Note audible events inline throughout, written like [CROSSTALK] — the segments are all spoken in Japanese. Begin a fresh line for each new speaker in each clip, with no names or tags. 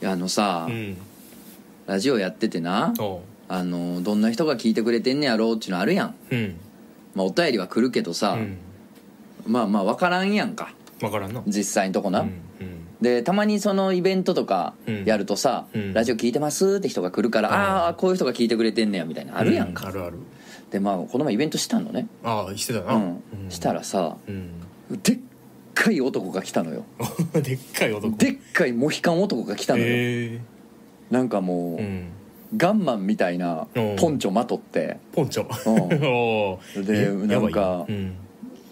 いやあのさ、
うん
ラジオやっててな
おう
あのどんな人が聞いてくれてんねやろうっていうのあるやん、
うん
まあ、お便りは来るけどさ、
うん
まあまあ分からんやんか
分からんな
実際のとこな、
うん
でたまにそのイベントとか
うん
やるとさ「
うん
ラジオ聞いてます」って人が来るから「ああーこういう人が聞いてくれてんねや」みたいなあるやんか、
うあるある
でまあこの前イベントしたのね、
ああしてた
う
な、
んしたらさ
うん
でっかい男が来たのよ
[LAUGHS] でっかい男
でっかいモヒカン男が来たのよ、
へ
なんかもう、
えうん
ガンマンみたいなポンチョまとって、
ポンチョ
うん
[LAUGHS] おー
で
え
なんか
やばいうん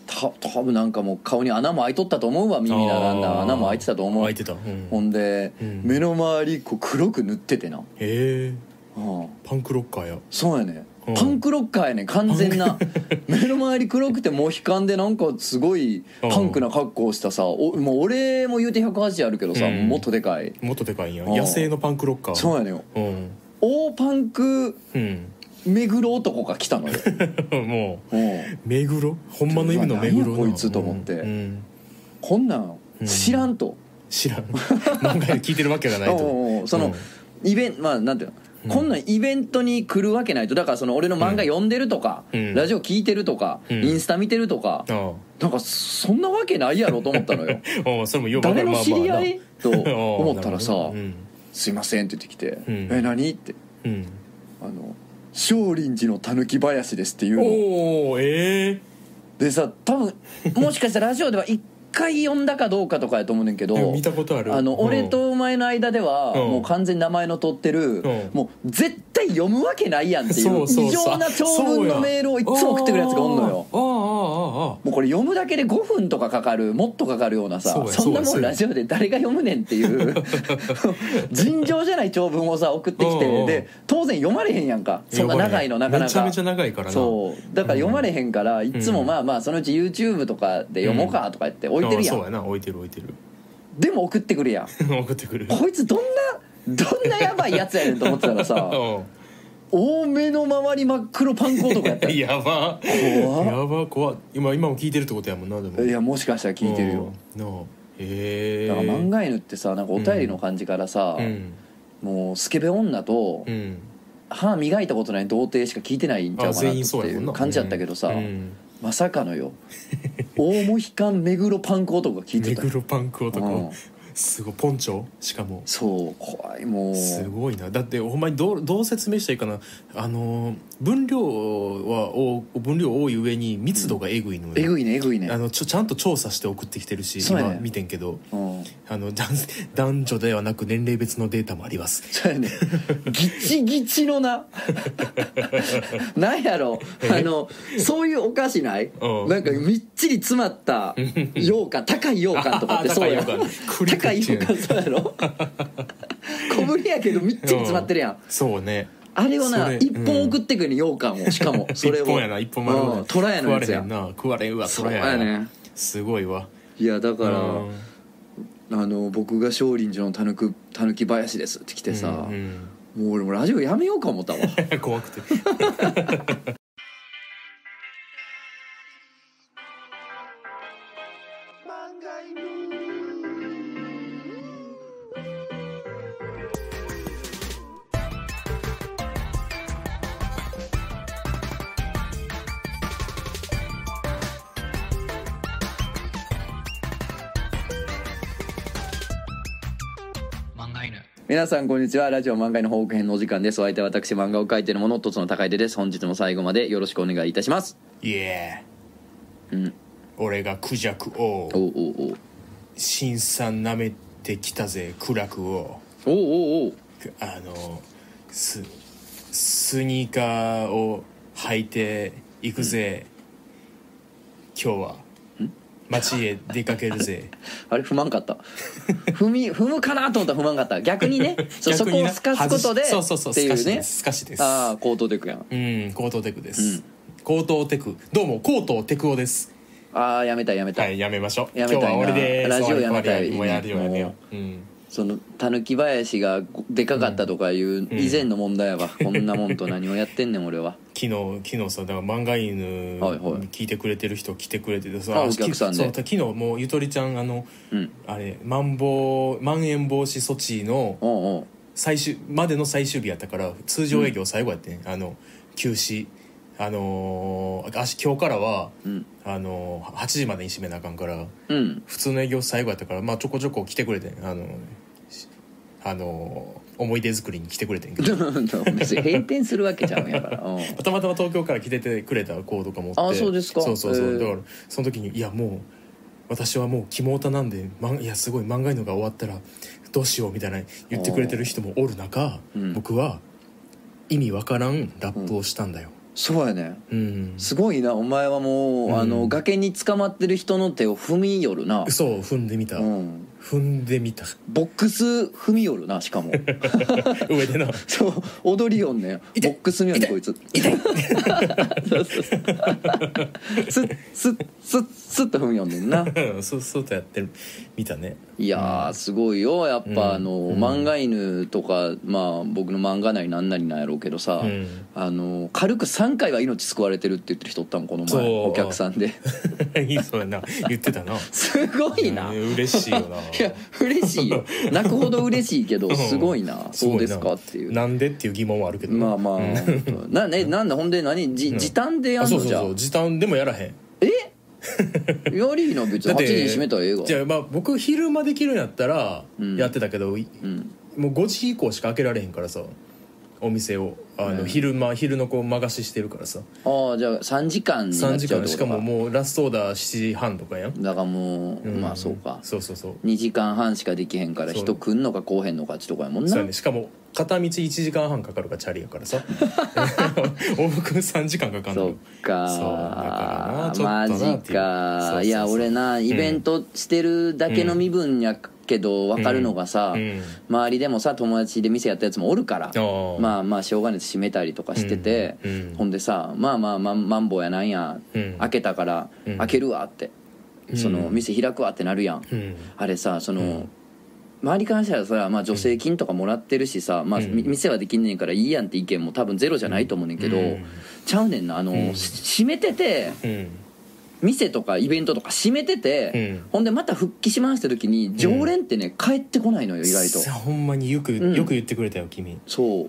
た多分なんかもう顔に穴も開いとったと思うわ耳だなんだ
あー
穴も開いてたと思う
開いてたうん
ほんで、
うん
目の周りこう黒く塗っててな、
へえ
うん
パンクロッカーや
そうやね
うん
パンクロッカーやね完全な [LAUGHS] 目の周り黒くてモヒカンでなんかすごい
うん
パンクな格好をしたさおもう俺も言うて180あるけどさ、
うん
もっとでかい
もっとでかいんや
うん
野生のパンクロッカー
そう
う
やねん
うん
大パンク
うん [LAUGHS]
目黒男が来たのよ、
もう
うん
目黒ほんまの意味の目
う
黒
わ
な
何やこいつと思って
うんうん
こんなん知らんと、
知らん漫画で聞いてるわけがな
[LAUGHS]
い
おうおうお
と
うその、
うん
イベントまあなんていうの、
うん
こんなんイベントに来るわけないとだからその俺の漫画読んでるとか、
うん
ラジオ聞いてるとか、
うん
インスタ見てるとか、
ああ
なんかそんなわけないやろと思ったのよ
[LAUGHS] おうそれもよ
誰の知り合
ま
いと
あまあな [LAUGHS] おう
思ったらさ
なるほ
「
どね
すいません」って言ってきて「
うん
え何?」って
うんうん
「あの少林寺のたぬき林です」っていうの
おおええ
でさ多分もしかしたらラジオでは一回呼んだかどうかとかやと思うねんけど
で [LAUGHS] も見たことある
あの
うん
俺とお前の間では
うん
もう完全に名前の取ってる
ん
もう絶対読むわけないやんってい
そううそう
異
そう
常な長文のメールをいつも送ってくるやつがおんのよ
そうやああああああ
もうこれ読むだけで5分とかかかるもっとかかるようなさ
そう
そ
や
んな
そうや
も
そ
ん
うや
ラジオで誰が読むねんっていう
[LAUGHS]
尋常じゃない長文をさ送ってき
うんう
て
ん
で当然読まれへんやんかそんな長いのなかなか
めちゃめちゃ長いからな
そうだから読まれへんからいつもまあまあそのうち YouTube とかで読もうかとか言って置いてるや
ああそうんやな置いてる置いてる [LAUGHS]
でも送ってくるやん
送ってくる
こいつどんなどんなやばいやつやねんと思ってたらさ
[LAUGHS]
多めの周り真っ黒パン粉とかやった
うん
い
やば
怖っ
やば怖っ今今も [LAUGHS] 聞いてるってことやもんなでも
やもしかしたら聞いてるよ
うんなあへえ
だから漫画犬ってさなんかお便りの感じからさ、
うん
もうスケベ女と
うん
歯磨いたことない童貞しか聞いてないんちゃ
あ
うかなっ
全
て
員そう
い
やもん
う
な
感じだったけどさ、
うん
まさかの
[LAUGHS]
よ大モヒカン目黒パン粉男が聞いて
目
た
黒パンク
うん
男すごいポンチョしかも
そう怖いもう
すごいなだってほんまにどうどう説明したらいいかなあのー分量は多分量多い上に密度がえぐいのよ、
えぐいねえぐいね
あのちょちゃんと調査して送ってきてるし、
そうやね
今見てんけど
うん
あの男男女ではなく年齢別のデータもあります
そうやねギチギチのな [LAUGHS] なんやろあのそういうお菓子ない
うん
なんかみっちり詰ま
[LAUGHS]
った羊羹高い羊羹とかってそうやん
あ高い羊羹
高い羊羹そうやろ [LAUGHS] 小ぶりやけどみっちり詰まってるやん
そうね
あれを
そ
な
れ
一本送ってくる羊羹をしかもそれを
一本やな一本丸ご
う
と
ん虎やのやつや
食われへんな食われんわ
そう
虎
や
や
ね
すごいわ
いやだから
うん
あの僕が少林寺のたぬくたぬき林ですって来てさ
うん [LAUGHS] うん
もう俺もうラジオやめようか思ったわ
怖くて
皆さんこんにちはラジオ漫画の報告編のお時間ですお相手は私漫画を描いているものとその高い手です本日も最後までよろしくお願いいたします
イエー
うん
俺がクジャクを
おうおうおう
新さん舐めてきたぜ苦楽を
おうおうおう
あのススニーカーを履いていくぜ、今日は街へ出かけるぜ
あれ踏まんかった
[LAUGHS]
踏み踏むかなと思ったら踏まんかった逆にね [LAUGHS] そそ
逆
こ
に
を
な
すかすことで
外しそうそうそう
ってい
すか
う
し
ね
ですすかしです
ああ高等テクやん
うん高等テクです、高等テクどうも高等テクオです
ああやめたやめた、
はいやめましょう
やめたいな
今日は俺です
ラジオやめたい
終わり終わりもうやるよやめよう、うん
そのたぬき林がでかかったとかいう以前の問題やわ、こんなもんと何をやってんねん俺は
昨日昨日さだから漫画犬
はいはい
聞いてくれてる人来てくれててさ、
あお客さんね
きそう昨日もうゆとりちゃんあの
うん
あれまん防まん延防止措置の
おうおう
最終までの最終日やったから通常営業最後やってん、あの休止あのー、あし今日からは
うん
あのー、8時までに閉めなあかんから [LAUGHS]
うん [LAUGHS]
普通の営業最後やったからまあちょこちょこ来てくれてんあのしあのー思い出作りに来てくれてんけど
別に閉店するわけじゃうんやから、うん
たまたま東京から来ててくれた子とかもおって
あそうですか
そうそうそう、
へえ
だからその時にいやもう私はもう肝オタなんで、まん、いやすごい漫画犬が終わったらどうしようみたいな言ってくれてる人もおる中、
うん
僕は意味わからんラップをしたんだよ、
そうやね
うん
すごいなお前はもう、
うん
あの崖に捕まってる人の手を踏み寄るな、
嘘を踏んでみた、
うん、
踏んで
[LAUGHS]
みた
ボックス踏み寄るなし
[LAUGHS]
かも
上でな [LAUGHS]
そう踊りよんねんボ
痛い
ックス踏みよんねんこいつ痛い [LAUGHS] そうそうそうスッスッスッスッと踏み寄んねんな
うんそうそうとやってる見たね [LAUGHS]
いやーすごいよやっぱ、
うん
あの
うん
漫画犬とかまあ僕の漫画なりなんなりなんやろうけどさ、
うん
あの軽く3回は命救われてるって言ってる人おったもんこの前
そう
お客さんで [LAUGHS]
いいそうやな言ってたな
すごいな、
うん
い
嬉しいよな
や嬉しいよ
[LAUGHS]
泣くほど嬉しいけど
うん
すごいな、
す
そ
ごいうな
ですかっていう
なんでっていう疑問はあるけどな
まあまあ [LAUGHS] な,、ね、なんだほんで何じ時短でや
あ
ん
そう
の
そう
じゃあ
そう時短でもやらへん
よりいいの別に8時に閉めたらええわ
じゃあまあ僕昼間できるんやったら
うん
やってたけど、い
うん
もう5時以降しか開けられへんからさお店をあの、
うん
昼間昼のこう間貸ししてるからさ
ああじゃあ3時間にな
3
っち
時
ゃうっ
間
て
し
こと
かも
か
もうラストオーダー7時半とかやん、
だからもう、
ん
まあそうか
そうそうそう
2時間半しかできへんから
そう
人来んのか来おへんのかってとこやもん
そう
な
やねしかも片道1時間半かかるからチャリやか
[LAUGHS]
らさ [LAUGHS] 往復3時間かかん
そ
の
っか
そうだからなちょっとな
マ
っていう
ジ
そうそうそ
か
う
いや俺なイベントしてるだけの身分やけど分かるのがさ、
うん
周りでもさ友達で店やったやつもおるから
ああ
まあまあしょうがないです閉めたりとかしてて、
うんうん
ほんでさまあまあまあマンボウやなんや、
うん
開けたから、
うん
開けるわってその
うん
店開くわってなるやん、
うん
あれさその、周りからしたらさ、まあ、助成金とかもらってるしさ、まあ、
うん
み店はできんねんからいいやんって意見も多分ゼロじゃないと思うねんけど、
うん
ちゃうねんなあの、
うん
し閉めてて
うん
店とかイベントとか閉めてて、
うん
ほんでまた復帰しました時に常連ってね、帰ってこないのよ意外と
さほんまによく
うん
よく言ってくれたよ君
そ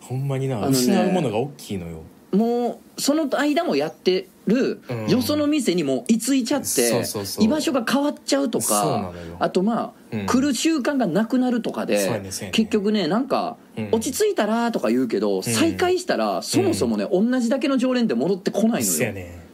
ほんまにな、
あのね
失うものが大きいのよ
うもうその間もやってる
うん
よその店にもう居ついちゃって、
そうそうそう
居場所が変わっちゃうと
そうな
か
のよ
あとまあ、
うん
来る習慣がなくなるとかで、
そうやねそうやね
結局ねなんか
うん
落ち着いたらとか言うけど、再開したらそもそもね、同じだけの常連で戻ってこないの
せや
よ、
ね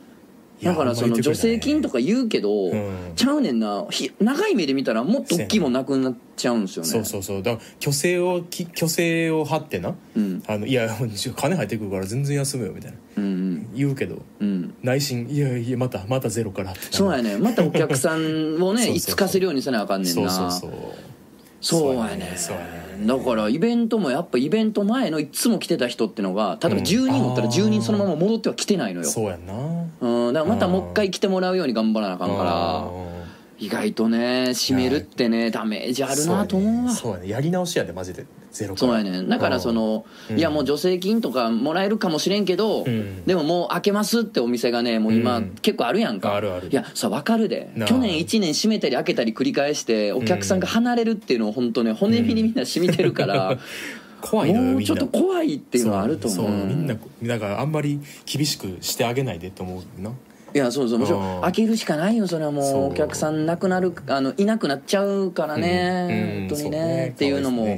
いや
だからその助成金とか言うけど、
ほんま言ってくれたね
ちゃうねんなひ長い目で見たらもっと大きいもんなくなっちゃうんですよ
う
ね
んそうそうそうだから虚勢をき虚勢を張ってな
うん
あのいや [LAUGHS] 金入ってくるから全然休むよみたいな
うん
言うけど
うんうん
内心いやいやまたまたゼロからってなる
そうやねまたお客さんを
[LAUGHS] そうそうそ
ね
う
いつかせるようにせなあかんねん
そう
な
そうそう
そうやね
そうやね
だからイベントもやっぱイベント前のいつも来てた人ってのが例えば10人おったら
うん
10人そのまま戻っては来てないのよ、
そうやんな
うん、だからまたもう一回来てもらうように頑張らなあかんから意外とね閉めるってねダメージあるなと思うわ
そうやねそうやねやり直しやでマジでゼロから
そうやねんだからその
うん
いやもう助成金とかもらえるかもしれんけど
ん
でももう開けますってお店がねもう今
うん
結構あるやんか
あるある
いやさ分かるで
なあ
去年1年閉めたり開けたり繰り返してお客さんが離れるっていうのを本当ね骨身にみんな染みてるから
[LAUGHS] 怖いのよみん
も
な
うちょっと怖いっていうのはあると思う
そうそうみんなだからあんまり厳しくしてあげないでと思うない
やそうそうもちろ
うん
ん開けるしかないよそれは
そ
も
う
うお客さんなくなるあのいなくなっちゃうからね、
う
本
ん
当に
うんそう
ね
ね
っていうの
かわい
も
そ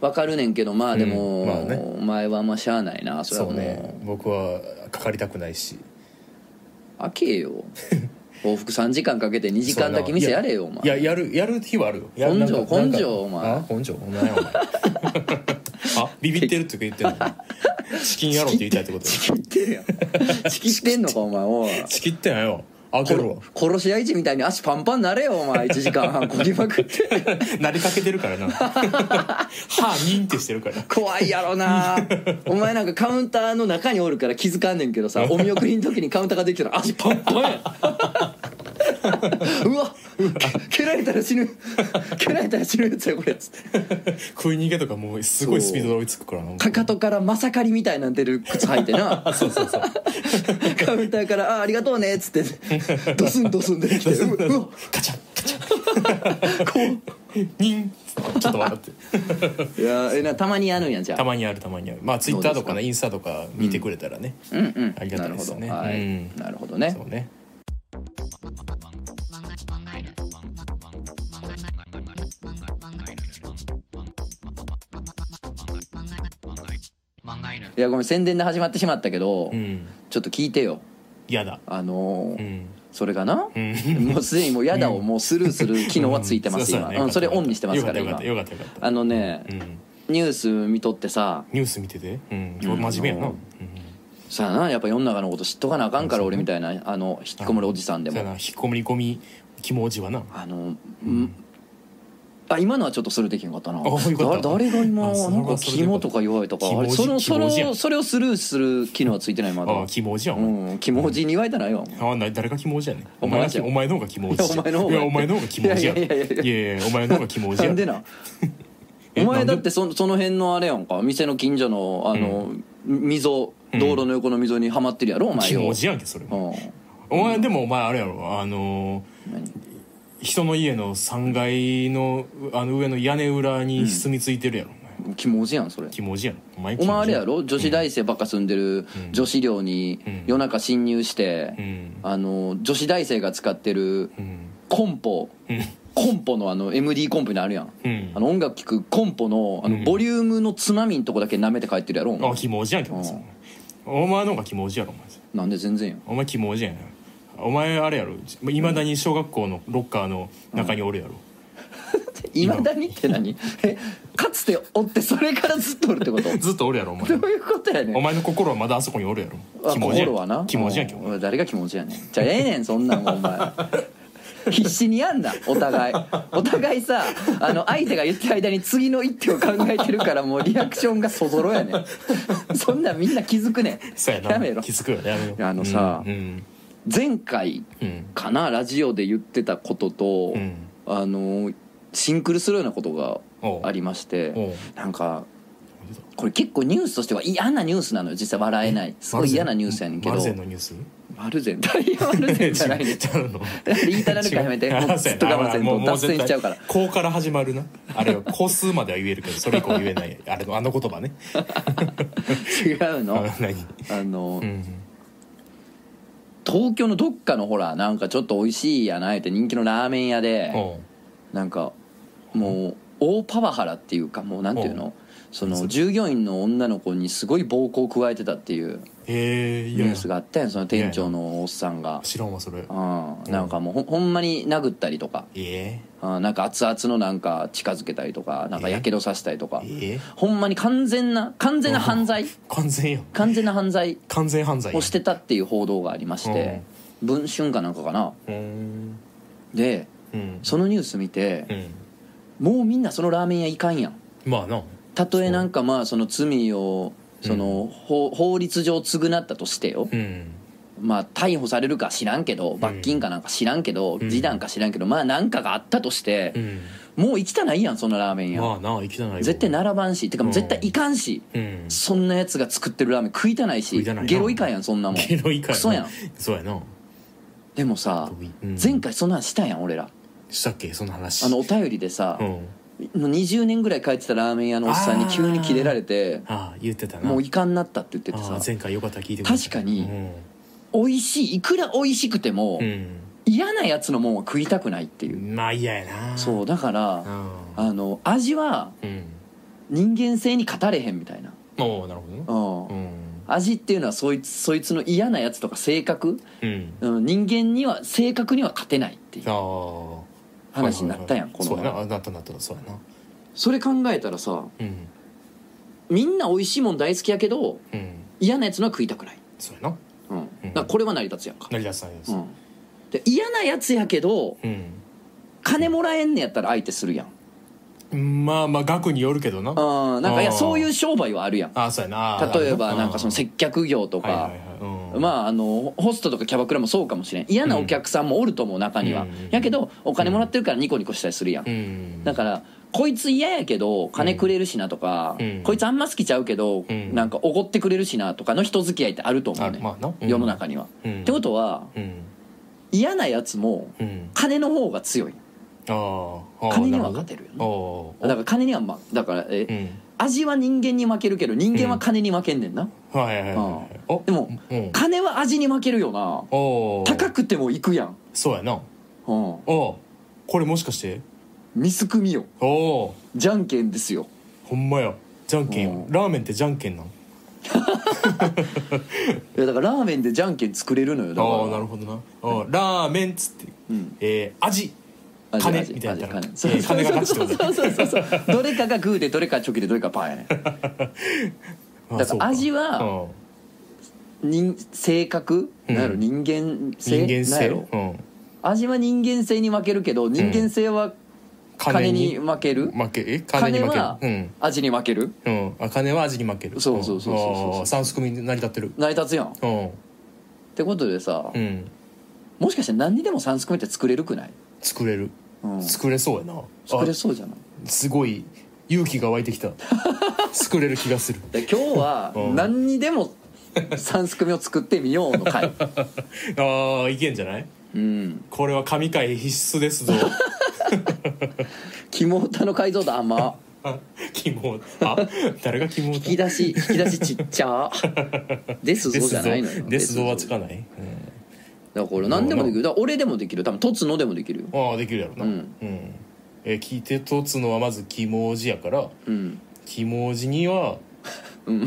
う
わかるねんけどまあでも、
うんまあね
お前はまあしゃあないなそれは
そ
も
う
う
ね僕はかかりたくないし
開けよ往復3時間かけて2時間だけ店やれよお前
いややるやる日はあるよや
根性
なんかなんか
根性お前
あ根性お
[LAUGHS]
前お前あビビってるとか言ってんのチキン野郎って言いたいっ
[LAUGHS]
てこと
チキって
[LAUGHS]
るやんチキってんのかお前おい
チキってないよあけるわ
[LAUGHS] 殺殺し合い地みたいに足パンパンなれよお前1時間半こぎまくって
なりかけてるから
[LAUGHS]
な歯ニンってしてるから
怖いやろなお前なんかカウンターの中におるから気づかんねん
[LAUGHS]
けどさお見送りの時にカウンターができたら足パンパンやうわ蹴られたら死ぬ蹴られたら死ぬやつやこれつって
食い逃げとかもうすごいスピードで追いつくからな
かかとからまさかりみたいなん出る靴履いてな
あそうそうそう
カウンターから「ああありがとうね」っつってドスンドスン出てきて「ううわこ
カチャンカチャン
う
ニンちょっと笑って」
いやーえなたまにやるんやじゃ
た
あ
まにあるたまにあるまあツイッターとかねインスタとか見てくれたらね、
うんうん
ありが
な
た
る
いで
ほ
す
ど
ね
は
う
い
ん
なるほどね
そうね
いやごめん宣伝で始まってしまったけど
うん
ちょっと聞いてよ
嫌だ
あの
う
ー
ん
それがな
うん
もうすでにもう「やだ」をもうスルーする機能はついてます
そう
今
そう
うんそれオンにしてますから
よかっ
今
たよかったよかったよかっ
あのね
たうん
ニュース見とってさ
ニュース見ててうん今日真面目やな
う
うんん
さあなやっぱ世の中のこと知っとかなあかんから
そう
俺みたいなあの引きこもりおじさんで
そうや
も
な引きこもり込み気持ちはな
あのうんあ今のはちょっとそれできんかったな
あよかった
だ誰が今
あそれ
なん
は
か
それで
肝
よかった
とか言われたかあれ
肝
その
肝
その
じやん
それをスルーする機能はついてないまだ
あ気持ちやん
うん肝おじに言われたらよ
あな誰が気持ちやねん
お
お
前
前
じゃん
お前の方が気持ち
いやお前の方
い
が
やお前の方が気持ちや
いやいやいやいや
いやいやお前の方が気持ち
な
や
んでなお
[LAUGHS] え
前だ
な
っ
んで
てそその辺のあれやんか店の近所のあの、溝道路の横の溝にはまってるやろお前
気
よ、う
持
ん
ちやんけそれお前でもお前あれやろあの
何
人の家の3階のあの上の屋根裏に住み着いてるやろ、お前
気持ちやんそれ
気持ちやろお前
お前あれや
ろ
ろ女子大生ばっか住んでる
ん
女子寮に
うん
夜中侵入し
う
て、
ん
あの女子大生が使ってる
うん
コンポ
うん
コンポのあの MD コンポにあるやん、
うん
あの音楽聴くコンポのあ
う
の
ん
ボリュームのつまみんとこだけ舐めて帰ってるやろお前
あ気持ちやんけお前それお前の方が気持ちやろお前それ
なんで全然やん
お前気持ちやなお前あれやろいまだに小学校のロッカーの中におるやろ、
いまだにって何えかつておってそれからずっとおるって
[LAUGHS]
こと
ずっとおるやろお
[LAUGHS]
前
どういうことやねん
お前の心はまだあそこにおるやろ
あ
気持ちや
心はな
気持ちやんけお前
うん誰が気持ちやねんじゃあええねんそんなんもんお前必死にやんなお互いお互いさあの相手が言ってる間に次の一手を考えてるからもうリアクションがそぞろやねんそんなんみんな気づくねん
そうやな
やめろ
気づくよねやめ
い
ろ
やあのさ
うん
前回
うん
かなラジオで言ってたことと、
うん、
あのシンクルするようなことが
おう
ありまして
おう
なんかこれ結構ニュースとしては嫌なニュースなのよ実際笑えないすごい嫌なニュースやねんけど
マルゼンのニュース
マルゼンダイヤマルゼン [LAUGHS] じゃ
[LAUGHS]
ないねん
違うの
言いたらぬかやめて
違う
もうずっと我慢せん
も
と
うもう
脱線しちゃうから
絶対こうから始まるなあれは個数までは言えるけどそれ以降言えないあれのあの言葉ね
違う
あ
の
何
あの
うん
東京のどっかのほらなんかちょっと美味しいやないって人気のラーメン屋で
おう
なんかもう大パワハラっていうかもうなんていう
う
のその従業員の女の子にすごい暴行を加えてたっていう
えー、い
ニ
や
ュースがあってその店長のおっさんが。
知らんわそれ
うん、なんかもうほほんまに殴ったりとか、
え
うん、なんか熱々のなんか近づけたりとかなんかやけどさせたりとか、
えええ
ほんまに完全な完全な犯罪
完全よ
完全な犯罪
完全犯罪や
をしてたっていう報道がありまして、文春かなんかかな
うーん
で
うん
そのニュース見て
う、ん
もうみんなそのラーメン屋いかんやん
まあな
たとえなんかまあその罪をその、法法律上償ったとしてよ、
うん
まあ逮捕されるか知らんけど罰金かなんか知らんけど、
ん
示談か知らんけどまあなんかがあったとして
う、ん
もう行きたないやんそのラーメン屋、
まあな生きてないよ
絶対並ばんしってかもう絶対行かんし、
うん
そんなやつが作ってるラーメン食いたないし
食いたないな
ゲロ以下やんそんなもん
ゲロ以下
クソやん
そうやな
でもさ、
うん
前回そんなんしたやん俺ら
したっけその話
あのお便りでさ
う、ん
20年ぐらい帰ってたラーメン屋のおっさんに急にキレられて
ああ言ってたな
もういかんなったって言ってて
あ
さ
あ前回よかったら聞いてください
確かに美味しいいくら美味しくても、
うん、
嫌なやつのもんは食いたくないっていうう、
ん、まあ嫌やな
そううだから
あ
あの味は
うん
人間性に語れへんみたいな、
おおなるほど
う
ね
ん
うん
味っていうのはそいつそいつの嫌なやつとか性格、
うん
うん、人間には性格には勝てないっていう
ああ
話になったやん
こ
こ
の
の
そうやなあなったなったそうやな
それ考えたらさ
うん
みんな美味しいもん大好きやけど
うん
嫌なやつのは食いたくない、
そうやな
うん、
う
だ
ん
からこれは成り立つやんか、
成田さんです
うん、で嫌なやつやけど
う
金もらえんねやったら相手するやん
んまあまあ額によるけどな
あーなんかいや
あー
そういう商売はあるやん
あそうやな
例えばなんかその接客業と
とはいは
か
いはいうん
まああのホストとかキャバクラもそうかもしれん嫌なお客さんもおると思う中には、
うん
やけどお金もらってるからニコニコしたりするやん、
うん
だからこいつ嫌やけど金くれるしなとか、
うん
こいつあんま好きちゃうけど、
うん
なんかおごってくれるしなとかの人付き合いってあると思う
あ
ね、
まあな、うん
世の中には、
うん
ってことは
うん
嫌なやつも
うん
金の方が強い
あーあー
金に
な
は
るほど
勝てるよね
お
だから金にはまだからえ、
うん
味は人間に負けるけど人間は金に負けんねんな、
はいはいはいはい
あ
お
でも
うん
金は味に負けるよな
お
高
く
くても行くやん、
そうやな
うん、
おこれもしかして
ミス組よ
おお
じゃんけんですよ
ほんまやじゃんけんや
うん
ラーメンってじゃんけんなん
いやだからラーメンでじゃんけん作れるのよだから
ああなるほどなあーラーメンっつって
うん
えー味
味
金
味
みたいな
味金
えー
そうそう
金が勝ちって
そ
こ
う
と
そうそうそうそうどれかがグーでどれかチョキでどれかパーやねん
あー
だか
そう
ら味は
うん
人性格
うん
なんやろ人間性な
人間
んや
性
ろ
うん
味は人間性に負けるけど人間性は金に負ける
負けえ金に
金
負ける
は
うん
味に負ける
うんあ金は味に負ける
そうそうそうそうそうん
あー三すくみに成り立ってる
成り立つやんっ
うん
てことでさ
うん
もしかして何にでも三すくみって作れるくない
作れる
うん
作れそうやな
作れそうじゃない
あすごい勇気が湧いて
[LAUGHS]
きた作れる気がする
で今日は
[LAUGHS] うん
何にでも三すくみを作ってみようの回
ああいけんじゃない
うん
これは神回必
[LAUGHS]
須ですぞ
肝歌の解像度甘
あキモあ誰がキモだ
引き出し引き出しちっち
[LAUGHS]
ゃです
で
ぞ
す
じゃ
ぞ
ないのよ
ですぞはつか
い
ない、
だから何でもできるだから俺でもできる多分とつのでもでき
[LAUGHS]
るよ
うん、ああできるやろな
う
うんん、えー聞いてとつのはまずキモ字やから
うん
キモ字に
[LAUGHS]
は
うん、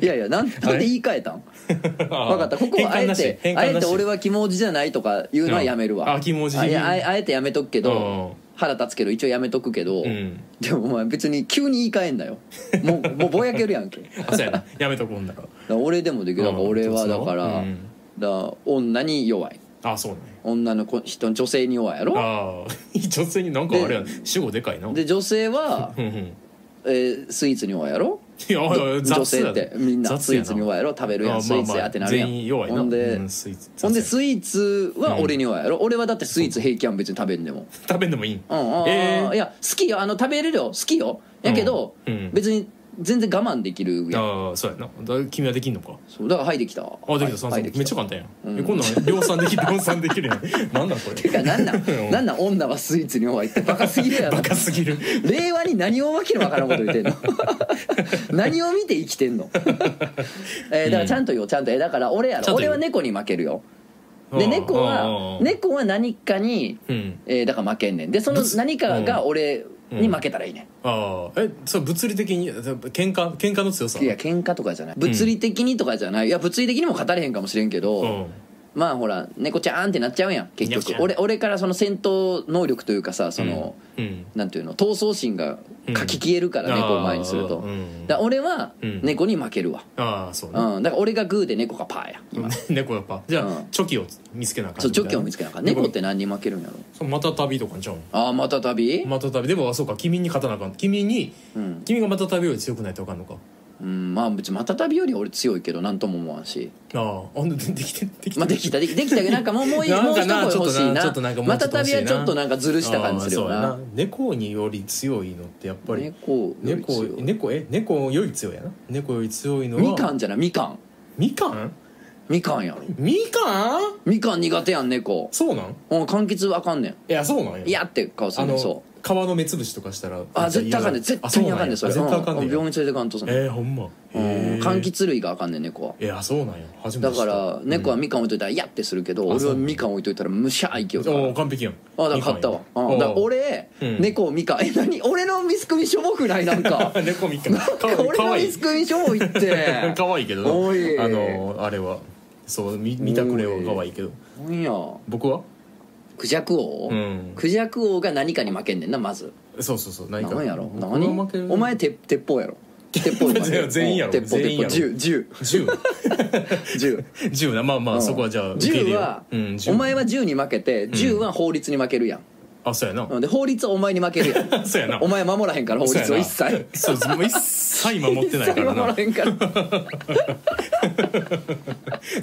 いやいやなんなんで言い換えたん
分
分かったここはあえてあえて俺
は
は気持ちじゃないとか言うのはやめる
うん
わ
あ気持ち
あいやあえあえてやめとくけど腹立つけど一応やめとくけど、
うん
でもお前別に急に言い換えんなよ
[LAUGHS]
もうもうぼやけるやんけだか
あそうやなやめとこうほんだら
ら俺でもできるだから
うん
俺はだから,、
うん
だから女に弱い
あそうね
女の子人女性に弱いやろ
あ [LAUGHS] あ女性になんかあれや主語でかいな
で女性は
う、んうん
えースイーツに弱いやろ
いやいや
女
雑や
性
な
ってみんな
雑
スイ
や
ーツに弱いやろ食べるや
あ
んスイーツやってなるやん、
全員弱いな
ほんで、
うんスイーツ
ほんで
雑
スイーツは俺に弱いやろ、俺はだってスイーツ平気やん別に食べんでも
や食べんでもいいん
うんうんうん
えー
いや好きよあの食べれるよ好きよやけど、
うんうん
別に全然我慢できるやん
ああそうやなだ君はできんのか
そうだからはいできた
あできた三
はい
三
で
め
きた
っちゃ簡単やんえこんなん量産
[LAUGHS]
できる量産できるやんなんなんこ
て
れ
かなんなんなんなん女はスイーツに弱いってバカすぎるやろ
バカすぎる
令和に何をわけのわからんこと言ってんの [LAUGHS] 何を見て生きてんの [LAUGHS] えーだからちゃんと言おうちゃんとえーだから俺や
ち
ろ
ゃんと
俺
言う
は猫に負けるよ [LAUGHS]
あ
で
あ
猫
あ
は
あ
猫は何かに、
うん
えーだから負けんねんでその何かが俺に負けたらいいね
ああえそう物理的に喧嘩喧嘩の強さ
んいや喧嘩とかじゃない物理的にとかじゃないいや物理的にも語れへんかもしれんけど、
うん
まあほら猫ちゃんってなっちゃうやん結
猫ち
局
ゃん
俺俺からその戦闘能力というかさその、
うん
なんていうの闘争心がかき消えるから、
うん
猫を前にすると、
あーうん
だから俺は
うん
猫に負けるわ、
ああそう
う
ね
んだから俺がグーで猫がパーや今、
[LAUGHS] 猫やっぱじゃ
う
あ
ん
チョキを見つけなあかん
そうチョキを見つけなあかん猫って何に負けるんやろ
また旅とかんちゃうん
ああまた旅、
また旅でもあそうか君に勝たなあかん君に
うん、
君がまた旅より強くないとあかんのか
うん、まあ別にまた旅よりは俺強いけど何とも思わんし
あああでできてできて
まあできたできできたけどなんかもうもういい
[LAUGHS] な
も
ん
う
か
一
な
声欲しいな
ちょっとなんかもうちょ
ま
っと
た
欲しい
旅
な
はちょっとなんかずるした感じするよ
ああ
な
そうや猫により強いのってやっぱり
猫より
猫
強い
猫え猫より強いやな猫より強いのは
みかんじゃないみかん
みかん
みかんやろ
みかん
みかん苦手やん猫
そうなん
うん柑橘あかんね
いやそうなんや
んいやって顔す
あ
るねん
の
そう
皮の目つぶしとかしたら
あ絶対あかんねん絶対にあかんねんそれ
うなんやあ絶対あか
う
ん
ん
ね
うんん病
や
院連れてかんとその
えー、ほんま
うん柑橘類があかんねん猫はい
やそうなんや初め
だ
て知
か
った
ら猫はみかん置いといたら「や」ってするけど
あ
俺
そ
は
う
みかん置いといたらむしゃーいけよ
おー完璧やん
あだから買ったわ
みかんや
うんだから
おー
俺
うん
猫をみかんえ何俺のミスクミしょぼくないなんか
猫
[LAUGHS]
みかん [LAUGHS] かわいい
俺
か
の
わい
ミ
い
スクミしょぼいって
[LAUGHS] かわいいけど
おい
なあのあれはそうみ見たくれはかわいいけど
なんや
僕は
クジャク王
うん
クジャク王が何かに負けんねんなまず
そうそうそう何か
何やろ
僕は
何
負ける
お前鉄鉄砲やろ鉄砲に負ける
[LAUGHS] 全員やろ
鉄砲
全
鉄
員
砲
やろ
銃銃
銃 [LAUGHS]
銃
銃なまあまあそこはじゃあ受け入れ
銃
よう
は、
うん銃
お前は銃に負けて銃は法律に負けるやん、
あそうやな
うん、で法律はお前に負けるやん
[LAUGHS] そうやな
お前守らへん
[LAUGHS]
から法律を一切 [LAUGHS]
そうやなそうもう一切守ってないから
一切守ら
な
へんから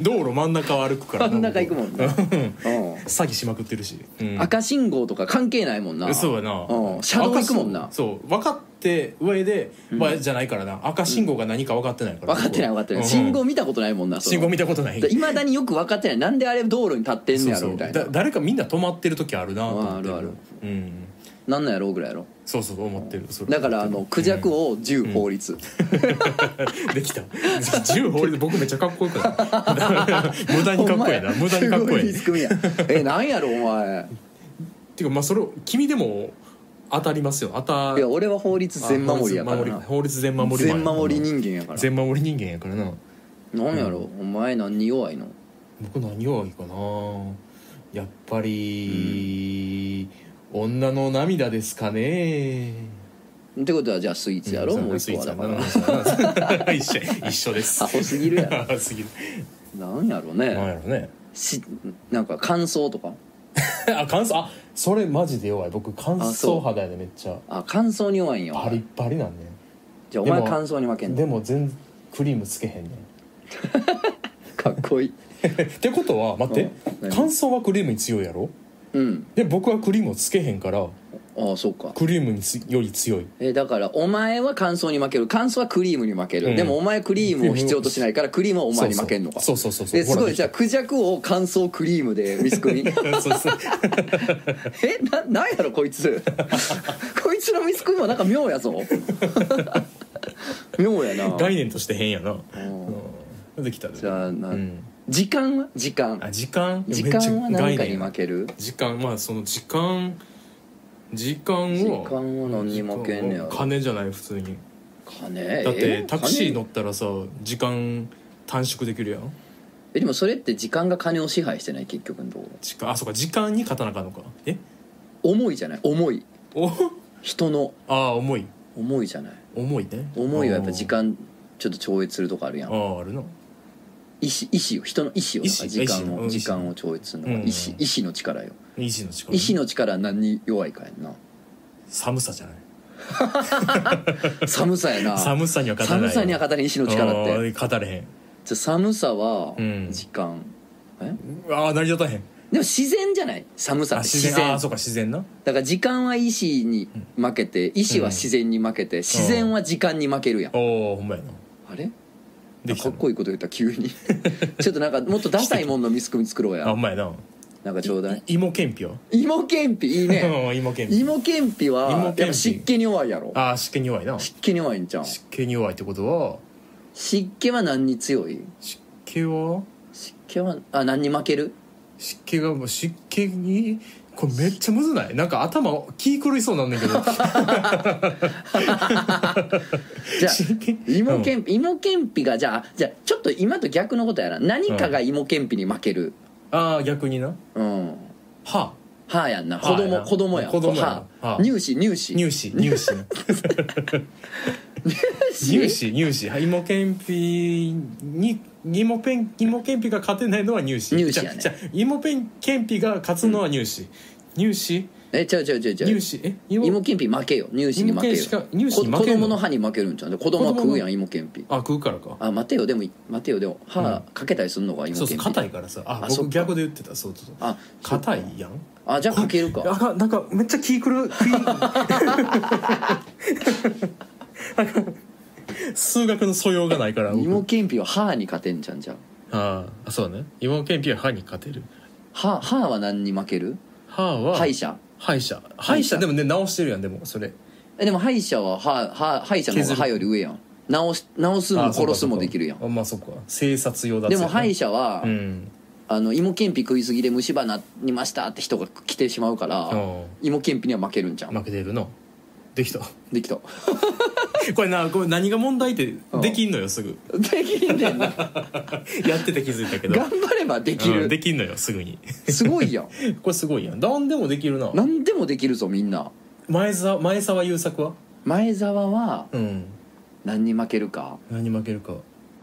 道路真ん中を歩くからな
真ん中行くもんね
うん
うん
[LAUGHS] 詐欺しまくってるし、うん
赤信号とか関係ないもんな
そうやな
うん車道行くもんな
赤信号そう分かって上で、まあじゃないからな赤信号が何か分かってないから、
分かってない分かってない
うん
信号見たことないもんな
信号見たことない
いまだによく分かってないなんであれ道路に立ってんねや
そう
ろ
そう
みたい
だ
な
誰かみんな止まってる時あるなと思って
あある
うん、
なんなんやろうぐらいやろ
そうそう思ってるそれ
だからあのクジャクを銃法律
[LAUGHS] できた [LAUGHS] 銃放りで僕めっちゃかっこよくない [LAUGHS] 無駄にかっこいいな無駄に
[LAUGHS]
かっこ
すご
い
い
いっ
仕組みやえなんやろお前
ていうかまあそれを君でも当たりますよ当た
いや俺は法律全守りやからな
法律全守り
全守り人間やから
全守り人間やからな
なんやろお前何弱いの
僕何弱いかなやっぱり、女の涙ですかね
ってことはじゃあスイーツやろ
ん
もう一個はだから
スイーツやな一緒一緒です
[LAUGHS] アホすぎるやろ
[LAUGHS] アホすぎる
なんやろ
なん
ね
やろね [LAUGHS]
しなんか感想とか
あ乾燥あそれマジで弱い僕乾
あそう
燥肌やでめっちゃ
あ感想に弱いんやお前
パリッパリなんね
じゃあお前
でも
感想に負けん
で
の
も全然クリームつけへんねん
かっこいい
ってことは待って
うん
乾燥はクリームに強いやろ
うん
で僕はクリームをつけへんから
ああそうか
クリームにつより強い
えだからお前は乾燥に負ける乾燥はクリームに負ける、
うん
でもお前クリームを必要としないからクリームはお前に負けんのか
そうそうそうそう
え
そ
す
うほ
ご
ら
いじゃあクジャクを乾燥クリームでミスクミ
[LAUGHS] そうそう
えななんやろこい
[LAUGHS]
つこいつのミスクミもなんか妙やぞ妙やな
概念として変やな
うん
うんできたで
じゃあな、
うん
時間は時間
あ時間
時間は
め
何
っち
か
ゃ
に負ける
時間まあその時間時間を
時間は何に負けんねやろ
時間を金じゃない普通に
金
だっ
え
てタクシー
金
乗ったらさ時間短縮できるやん
えでもそれって時間が金を支配してない結局のところ
時間あそうか時間に勝たなあかんのかえ
重いじゃない重い
お [LAUGHS]
人の
ああ重い
重いじゃない
重いね
思いはやっぱ時
あ
間ちょっと超越するとこあるや
あ
ん
あああるな
意思意思を人の意思を
意
だから時間
思意思う
を
ん
時間を超越するのが意
うん
思意思の力よ
意志の力
意思の力は何に弱いかやんな
寒さじゃない
寒さやな寒
[LAUGHS] 寒さには勝たない
さには勝たない意思の力って
ああ語れへん
じゃあ寒さは
うん
時間え
ああ成り立たへん
でも自然じゃない寒さ
あ
って
自
自
然
然
ああそうか自然な
だから時間は意思に負けて意思は自然に負けて自然は時間に負けるやん
おおほんまやな
あれ
でき
か
た
っこいいこと言った急
[LAUGHS]
にちょっとなんかもっとダサいもんのミスクミ作ろう
あほ
や
んまやな
なんかちょうだい
芋けんぴよ
芋けんぴいいね
うん [LAUGHS] 芋けんぴ
芋けんぴは
芋け
や
ん
っ
ぴ
ぱ湿気に弱いやろ
ああ湿気に弱いな
湿気に弱いんちゃう
湿気に弱いってことは
湿気は何に強い
湿気は
湿気はあ何に負ける
湿気がもう湿気にこれめっちゃむずないなんか頭気狂いそうなんだけど
じゃあ
湿気
芋けんぴ芋けんぴがじゃあじゃあちょっと今と逆のことやな何かが芋けんぴに負ける
ああ逆にな
うん
歯
歯やんな
歯
子
や
供
な
子供やん
子供やな
歯
歯
乳歯乳歯
乳歯乳歯な乳歯乳歯はい芋けんぴに芋ペン芋けんぴが勝てないのは乳歯
乳歯やね
じゃあじゃあ芋ペンけんぴが勝つのは乳歯乳歯
えちゃうちゃうちゃうちゃ
乳
う
歯え
芋けんぴ負けよ乳歯に負け
芋けん
る
ぴしか乳歯に
こ
負けんの
子供の歯に負けるんちゃうで子供は食うやん
子供の
芋けんぴ
あ食うからか
あ待てよでも待てよでも歯かけたりすんのか芋
そ
けん
う
ぴ
そう硬いからさあ
あそっ
僕
か
逆で言ってたそうそうそう
あ
硬いやん
あじゃあかける
あ
か
かんなんかめっちゃ気くる気なんか [LAUGHS] 数学の素養がないから僕
芋けんぴは歯に勝てんじゃんじゃん
ああそうね芋けんぴは歯に勝てる
歯歯は何に負ける
歯は
歯医者
歯医者歯医者でもね直してるやんでもそれ
えでも歯医者は歯歯歯医者の方が歯より上やん治し治すも
あそうか
殺すもできるやん
そうかあまあそっか生殺用だ
でも歯医
者
者は、
うん
あの芋けんぴ食いすぎで虫歯なりましたって人が来てしまうから、
うん
芋けんぴには負けるんじゃん、
負けてるなできた [LAUGHS]
できた
これなこれ何が問題ってできんのよすぐ
できんね [LAUGHS] んな
やってて気づいたけど
頑張ればでき
うん
る、
できんのよすぐに
すごいやん
[LAUGHS] これすごいやん何でもできるな
何でもできるぞみんな
前澤前澤優作は
前澤は
うん
何に負けるか
何に負けるか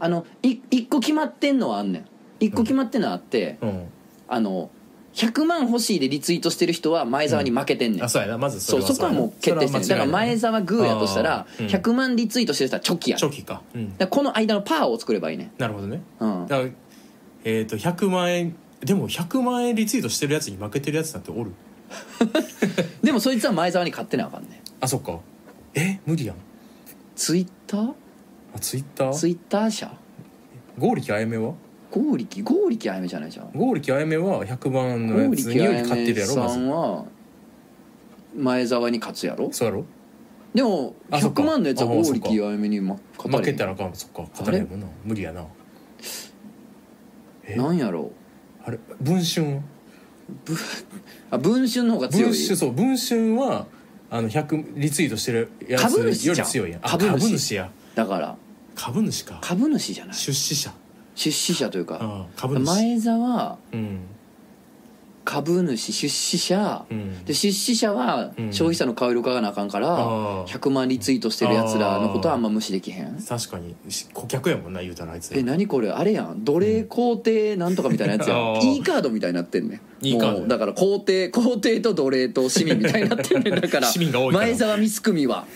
あのい一個決まってんのはあんねん一個決まってんのはあって、
うん
あの100万欲しいでリツイートしてる人は前澤に負けてんねん、
あそうやなまずそ
そ
れ
う
は
そこはもう決定してるだから前澤グーやとしたら
100
100万リツイートしてる人はチョキやねん
長
だか
期か、うん、
らこの間のパーを作ればいいねん
なるほどね
うん
だからえっ、と100万円でも100万円リツイートしてるやつに負けてるやつなんておる
でもそいつは前澤に勝ってなあかんねん
あそっかえ無理やん
ツイッター
あツイッタ
ツ
ー
イッター社
剛力あやめは
剛力剛力あやめじゃないじゃん
剛力あやめは100万のや
剛
つ
力
に
あ
より
や
買ってる
め
やろ
さ
まず
んは前澤に勝つやろ
そうやろ
でも
あそっか
100万のやつは
あ
剛
そっか
力あやめにま勝た
負
れへ
け
ん
たらあかんそっか勝たれへんもんな無理やなえ
なんやろ
あれ文春は
あ文春の方が強い
文春そう文春はあの100リツイートしてるやつ
株主じゃ
よ
ん
り強いやんあ
株主
株主や
だから
株主か
株主じゃない
出資者
出資者というか
ああ株主
前澤
うん
株主出資者
うん
で出資者は
うん
消費者の顔色伺わなあかんから
ああ
100万リツイートしてるやつらのことはあんま無視できへん
確かにし顧客やもんな言うたらあいつ
え何これあれやん奴隷皇帝なんとかみたいなやつや
あ
ん
ー
E カードみたいになってんねん
E カード
もうだから皇帝皇帝と奴隷と市民みたいになってんねんだから
[LAUGHS] 市民が多いから
前澤光組は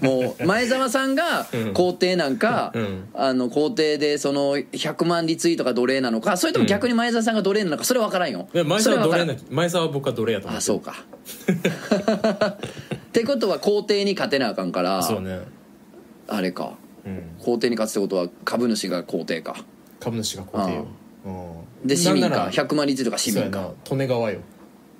もう前澤さんが
うん
皇帝なんか、
うん
あの皇帝でその100万リツイートが奴隷なのかそれとも逆に前澤さんが奴隷なのかそれは分からんよ
いや前澤
それ
は奴
は
隷
分
な前澤は僕は奴隷やと
から
思
んあ
って
そうか [LAUGHS] ってことは皇帝に勝てなあかんから
そうね
あれか
うん
皇帝に勝つってことは株主が皇帝か
株主が固定ようん
で市民
なんな
から100万リツイートが市
そうや
民
な
か
利根川よ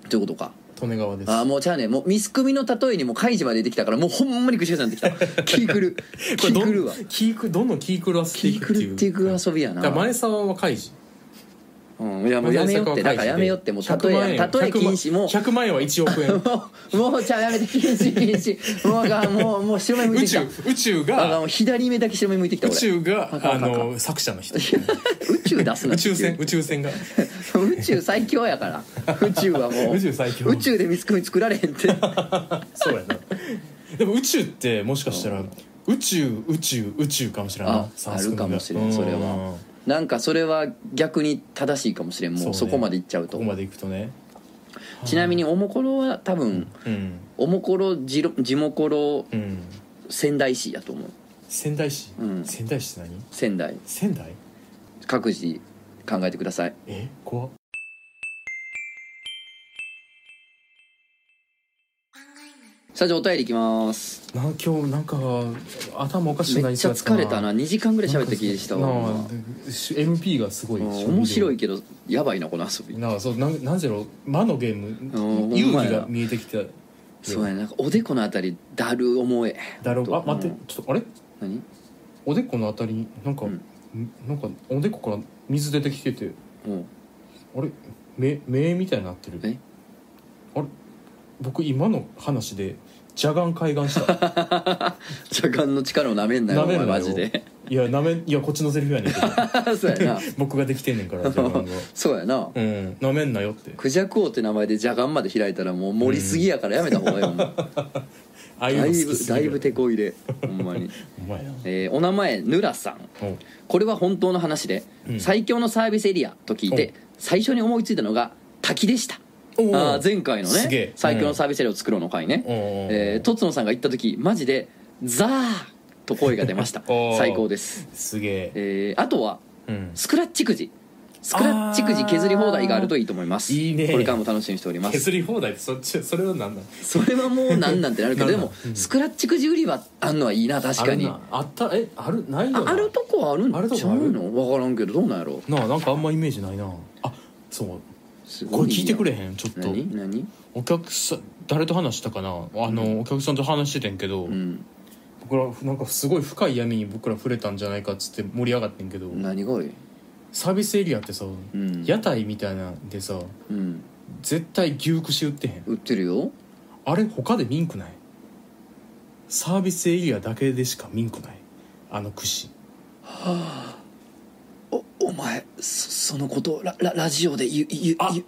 ということか
利根川です
ああもうじゃあねもうミスクミの例えにもう開示まで出てきたからもうほんまにぐしゃぐしゃになってきた
[LAUGHS]
気狂る
これ
気
ど
狂
ん
るわ
キークどんどんキークラスて
気
いくってい
狂
う
っていく遊びや
だ
な
から前澤は開示
うんいやもうやめよってだからやめよってもう例えや例え禁止もう
100万円は1億円
もうもうじゃあやめて禁止禁止もうあかんもうもう白目向い
宇
てきた
宙宇宙
あかん
が
もう左目だけ白目向いてきた
宇
俺
宙が
あかん
あ
あかん
の作者の人
[LAUGHS] 宇宙出すな
宇
っていう
宙船宇宙船が
宇宙最強やから宇宙はもう
[LAUGHS] 宇宙最強
宇宙でミスクミ作られへんって
そうやなでも宇宙ってもしかしたら宇宙宇宙宇宙かもしれんない
ああるかもしれんそれは
こ
なんかそれは逆に正しいかもしれんもう
そう
そ
ね
こまでいっちゃうと
こまでいくとね
ちなみにおもころは多分
うん
おもころじろ地もころ
うん
仙台市やと思う
仙台市
うん
仙台市って何
仙台
仙台
各自考えてください
え怖っ
スタジオお便りいきます
な今日なんか頭おかしく
め
な
っ
り
ち
そ
ゃ
うやっ
疲
たな
れたな2時間ぐらい喋った気がした
な
わ
あでし MP がすごい
うん面白い
い
けどやばいなこの遊び
なあそうなんなんぜろ魔のゲー
ほん
ム
ま
遊
や
戯が見えてきた
そうやななんかおでこのあたりだる思え
だろうあ
うん
待ってちょっとあれ
何
おでこのあたりになんか、
うん
なんかおでこから水出てきてて
もう
あれ目目みたいになってる
え
あれ僕今の話で邪眼開眼した
茶眼の力をなめん [LAUGHS] なよ
舐
お
め
前
るなよ
マジで [LAUGHS]
いやなめいやこっちのセリフやねんけど
そうやな
僕ができてんねんか
[LAUGHS]
ら邪眼が
そうやな
うんなめんなよって
クジャク王って名前でジャガンまで開いたらもう盛りすぎやからやめた方がいいよ、
ああいうの
だ
好
い
き
ぶ
す
だ
ぎ
い
る
ぶ手こ入れほん
[LAUGHS]
まに、
お前や
えーお名前ヌラさん
おう
これは本当の話で、
うん
最強のサービスエリアと聞いて最初に思いついたのが滝でした
おう
あー前回の
すげえ
ね最強のサービスエリアを作ろうの回ね、
おうおう
えーとつのさんが言った時マジで「ザー!」と声が出ました
[LAUGHS] おー
最高です、
すげえ、
えーあとは
うん、
スクラッチくじスクラッチくじ削り放題があるといいと思います
あーいいね
これからも楽しみにしております
削り放題ってそっちそれは何なん
それはもうなんなんてなるけど
[LAUGHS] なん
で
なん
もスクラッチくじ売り場あんのはいいな確かに
あるなあったえあるないよ
あ
な
あるとこはある
ある
ん
と
ち
こ
ゃ
ある
うの分からんけどどうなんやろ
なあなんかあんまイメージないなあそう
す
こ
ご
れ聞いてくれ
ん
へんちょっと
何何
お客さん誰と話したかなあの、お客さんと話しててんけど、
うん
僕らなんかすごい深い闇に僕ら触れたんじゃないかっつって盛り上がってんけど、
何がいい
サービスエリアってさ、
うん
屋台みたいなんでさ
うん
絶対牛串売ってへん
売ってるよ
あれ他でミンクないサービスエリアだけでしかミンクないあの串
おお前そそのことをラララジオでゆゆ
あ
ゆ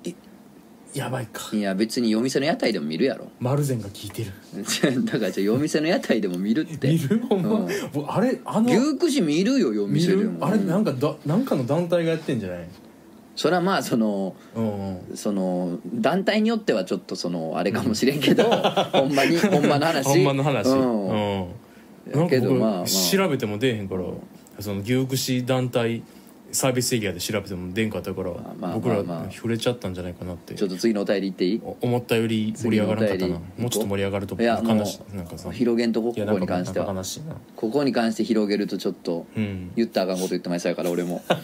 やばいか
いや別に夜店の屋台でも見るやろ [LAUGHS]
丸善が聞いてる
だからじゃあ夜店の屋台でも見るって
見るほんま、
うん
僕あれあの
牛串見るよ夜
見
店で
る
も
あれなん
か
かだなんかの団体がやってんじゃない
それはまあその
うんうん
その団体によってはちょっとそのあれかもしれんけどほんまにほんまの話
[LAUGHS] ほんまの話
うん
うんなんか
けどまあまあ
僕調べても出えへんからその牛串団体サービスエリアで調べても出んかったから
あまあ
僕ら
まあまあ
触れちゃったんじゃないかなって
ちょっと次のお便り行っていい
お思ったより盛り上がらなかった
次
な
のお便り
もうちょっと盛り上がると
いやも
悲しいなんかさ
う広げんとこ
いや
ここに
なん
関し
か
ては
悲しいな
ここに関して広げるとちょっと
うん
言ったらあかんこと言ってましたから俺も [LAUGHS]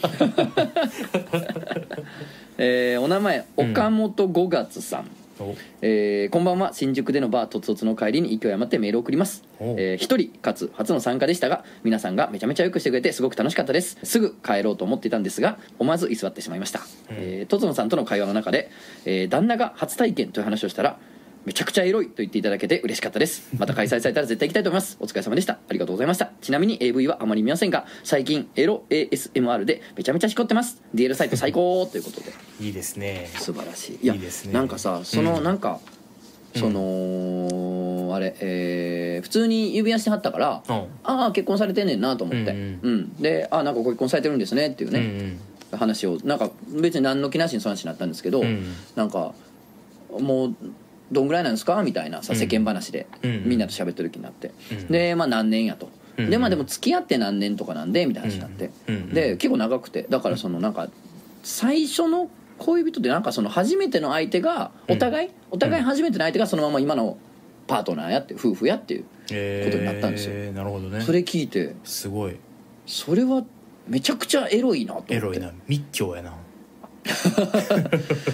えーお名前岡本五月さん、
お
えーこんばんは新宿でのバーとつとつの帰りに勢い余ってメールを送ります
おう
えー一人かつ初の参加でしたが皆さんがめちゃめちゃよくしてくれてすごく楽しかったですすぐ帰ろうと思っていたんですが思わず居座ってしまいました、えーとつのさんとの会話の中で、えー旦那が初体験という話をしたらめちゃくちゃエロいと言っていただけて嬉しかったですまた開催されたら絶対行きたいと思いますお疲れ様でしたありがとうございましたちなみに AV はあまり見ませんが最近エロ ASMR でめちゃめちゃしこってます DL サイト最高ということで
いいですね
素晴らしいいや
いいですね
なんかさその、
うん
なんかその、あれ、えー普通に指輪してはったから、
うん
ああ結婚されてんねんなと思って、う
うんん
でああなんかご結婚されてるんですねっていう
うんう
ね、
ん
話をなんか別に何の気なしにその話になったんですけど、
うん
なんかもうどんぐらいなんですかみたいなさ
うん
世間話で、
うん
みんなと喋ってる気になって、
うん
でまあ何年やと。
うん
でまあ、でも付き合って何年とかなんでみたいな話になって、
うんうん
で結構長くてだからそのなんか最初の恋人ってなんかその初めての相手がお互い、お互い初めての相手がそのまま今のパートナーやって夫婦やっていう
えー
ことになったんですよ
なるほどね
それ聞いて
すごい
それはめちゃくちゃエロいなと思って
エロいな密教やな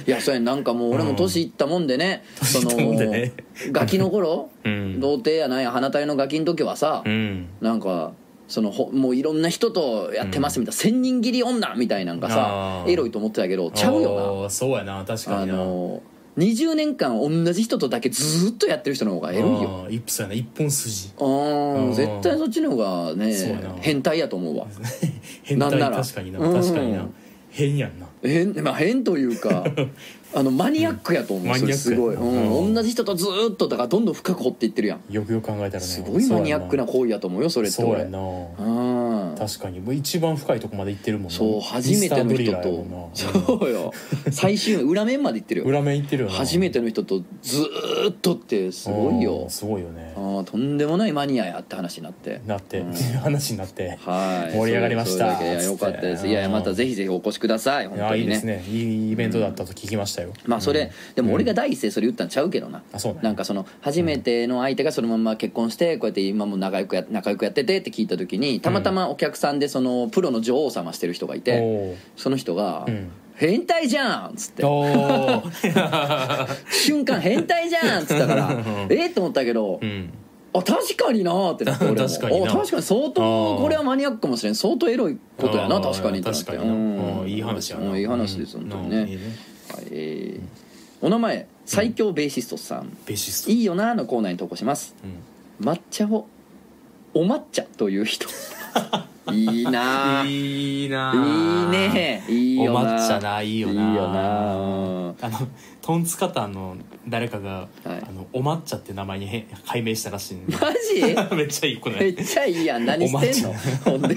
い
やそれなんかもう俺も年いったもんでね、その
年いったもんでね [LAUGHS]
ガキの頃、
うん
童貞やないや花体のガキの時はさ、
うん
なんかそのほもういろんな人とやってますみたいな、千人切り女みたいなんかさ
あー
エロいと思ってたけどちゃうよ
なそうやな確
な
か
あ
にな
の20年間同じ人とだけずーっとやってる人の方がエロいよ
あー一そうやな一本筋 [LAUGHS]
あー
うん
絶対そっちの方がね
そうやな
変態やと思うわ
変
なん
態
なら
確かにな
うん
確かにな変やんな
変,、まあ、変という
[LAUGHS]
かあのマニアックやと思う、
うん
それすごい、
マニアックやな
うん
うん
同じ人とずーっとだからどんどん深く掘っていってるやん
よくよく考えたらね
すごいマニアックな行為やと思うよそれって
そう
俺
やなそうやな
うん
確かにもう一番深いとこまで行ってるもんな
そう初めての
ミス
人
タードリラーやも
と
んな
そうよ最終裏面まで行ってるよ
裏面行ってるよな
初めての人とずーっとってすごいよ
うんすごいよね
あーとんでもないマニアやって話になって
なって
うん
[LAUGHS] 話になって
はい
盛り上がりました
それそれだけいやよかったで
つっ
す
て
いやいやまたぜひぜひお越しください
い
本
や
当
い
に
いです
ね
ねいいイベントだったと聞きましたよ
まあそれでも俺が第一声それ言ったんちゃうけどな
あそうね
なんかその初めての相手がそのまま結婚してこうやって今も仲良くや仲良くやっててって聞いた時にたまたまお客さんでそのプロの女王様してる人がいて
おー
その人が
うん
「変態じゃん!」っつ
[LAUGHS]
って
お
[LAUGHS]
ー
瞬間変態じゃんっつったから
[LAUGHS]
えっと思ったけど、
うん
あ確かになーってなって俺も
確かにな
あ確かに相当
あー
これはマニアックかもしれん相当エロいことや
あ
な
ー
確かにってなって
確かにな
うん
うんいい話や
う
なん
いい話です本当にね,、
うんいいね
はいえーお名前最強ベーシストさん、
ベーシスト
いいよなーのコーナーに投稿します
うん
抹茶をお抹茶という
[LAUGHS]
人いいなーい
いいなあ
いねーいいよ
お
なー
抹茶ないいよない
いよなーうん
あのトンツカタンの誰かが、
はい
あのお抹茶って名前に変改名したらしいんで [LAUGHS]
マジ
めっちゃいい子
め
ね
っちゃいいやん何してんの
お
ほんで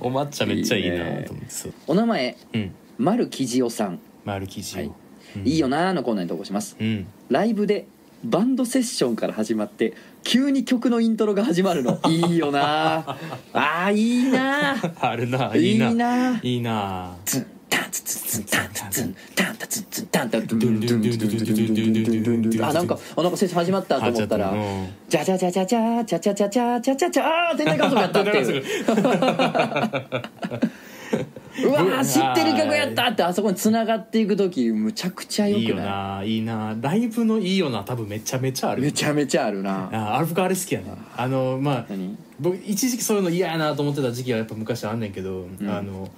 お抹茶めっちゃいいなと思ってそう
お名前
うん
丸木ジオさん、
丸生地を、
はい
うん
いいよなーのコーナーに投稿します
うん
ライブでバンドセッションから始まって急に曲のイントロが始まるのいいよな
[LAUGHS]
ーあーいいなー
あるない
い
い
い
な
なー
いいな
ツンタンツツンタンツツンタンタツツンタンタドゥンドゥンドゥンドゥンドゥンドゥンドゥンドゥンドゥンドゥンあなんかあなんかセッション始ま [LAUGHS] ったと思ったら
始まったうん
じゃじゃじゃじゃじゃじゃじゃじゃじゃじゃじゃじゃあー天体観測やったっていううわー知ってる曲やったってあそこに繋がっていく時むちゃくちゃよ
いいよ
くな
ないいなライブのいいよな多分めちゃめちゃあ
い
る
めちゃめちゃあるな
あアルフカあれ好きやねあのまあ
何
僕一時期そういうの嫌やなと思ってた時期はやっぱ昔あんねんけど、あの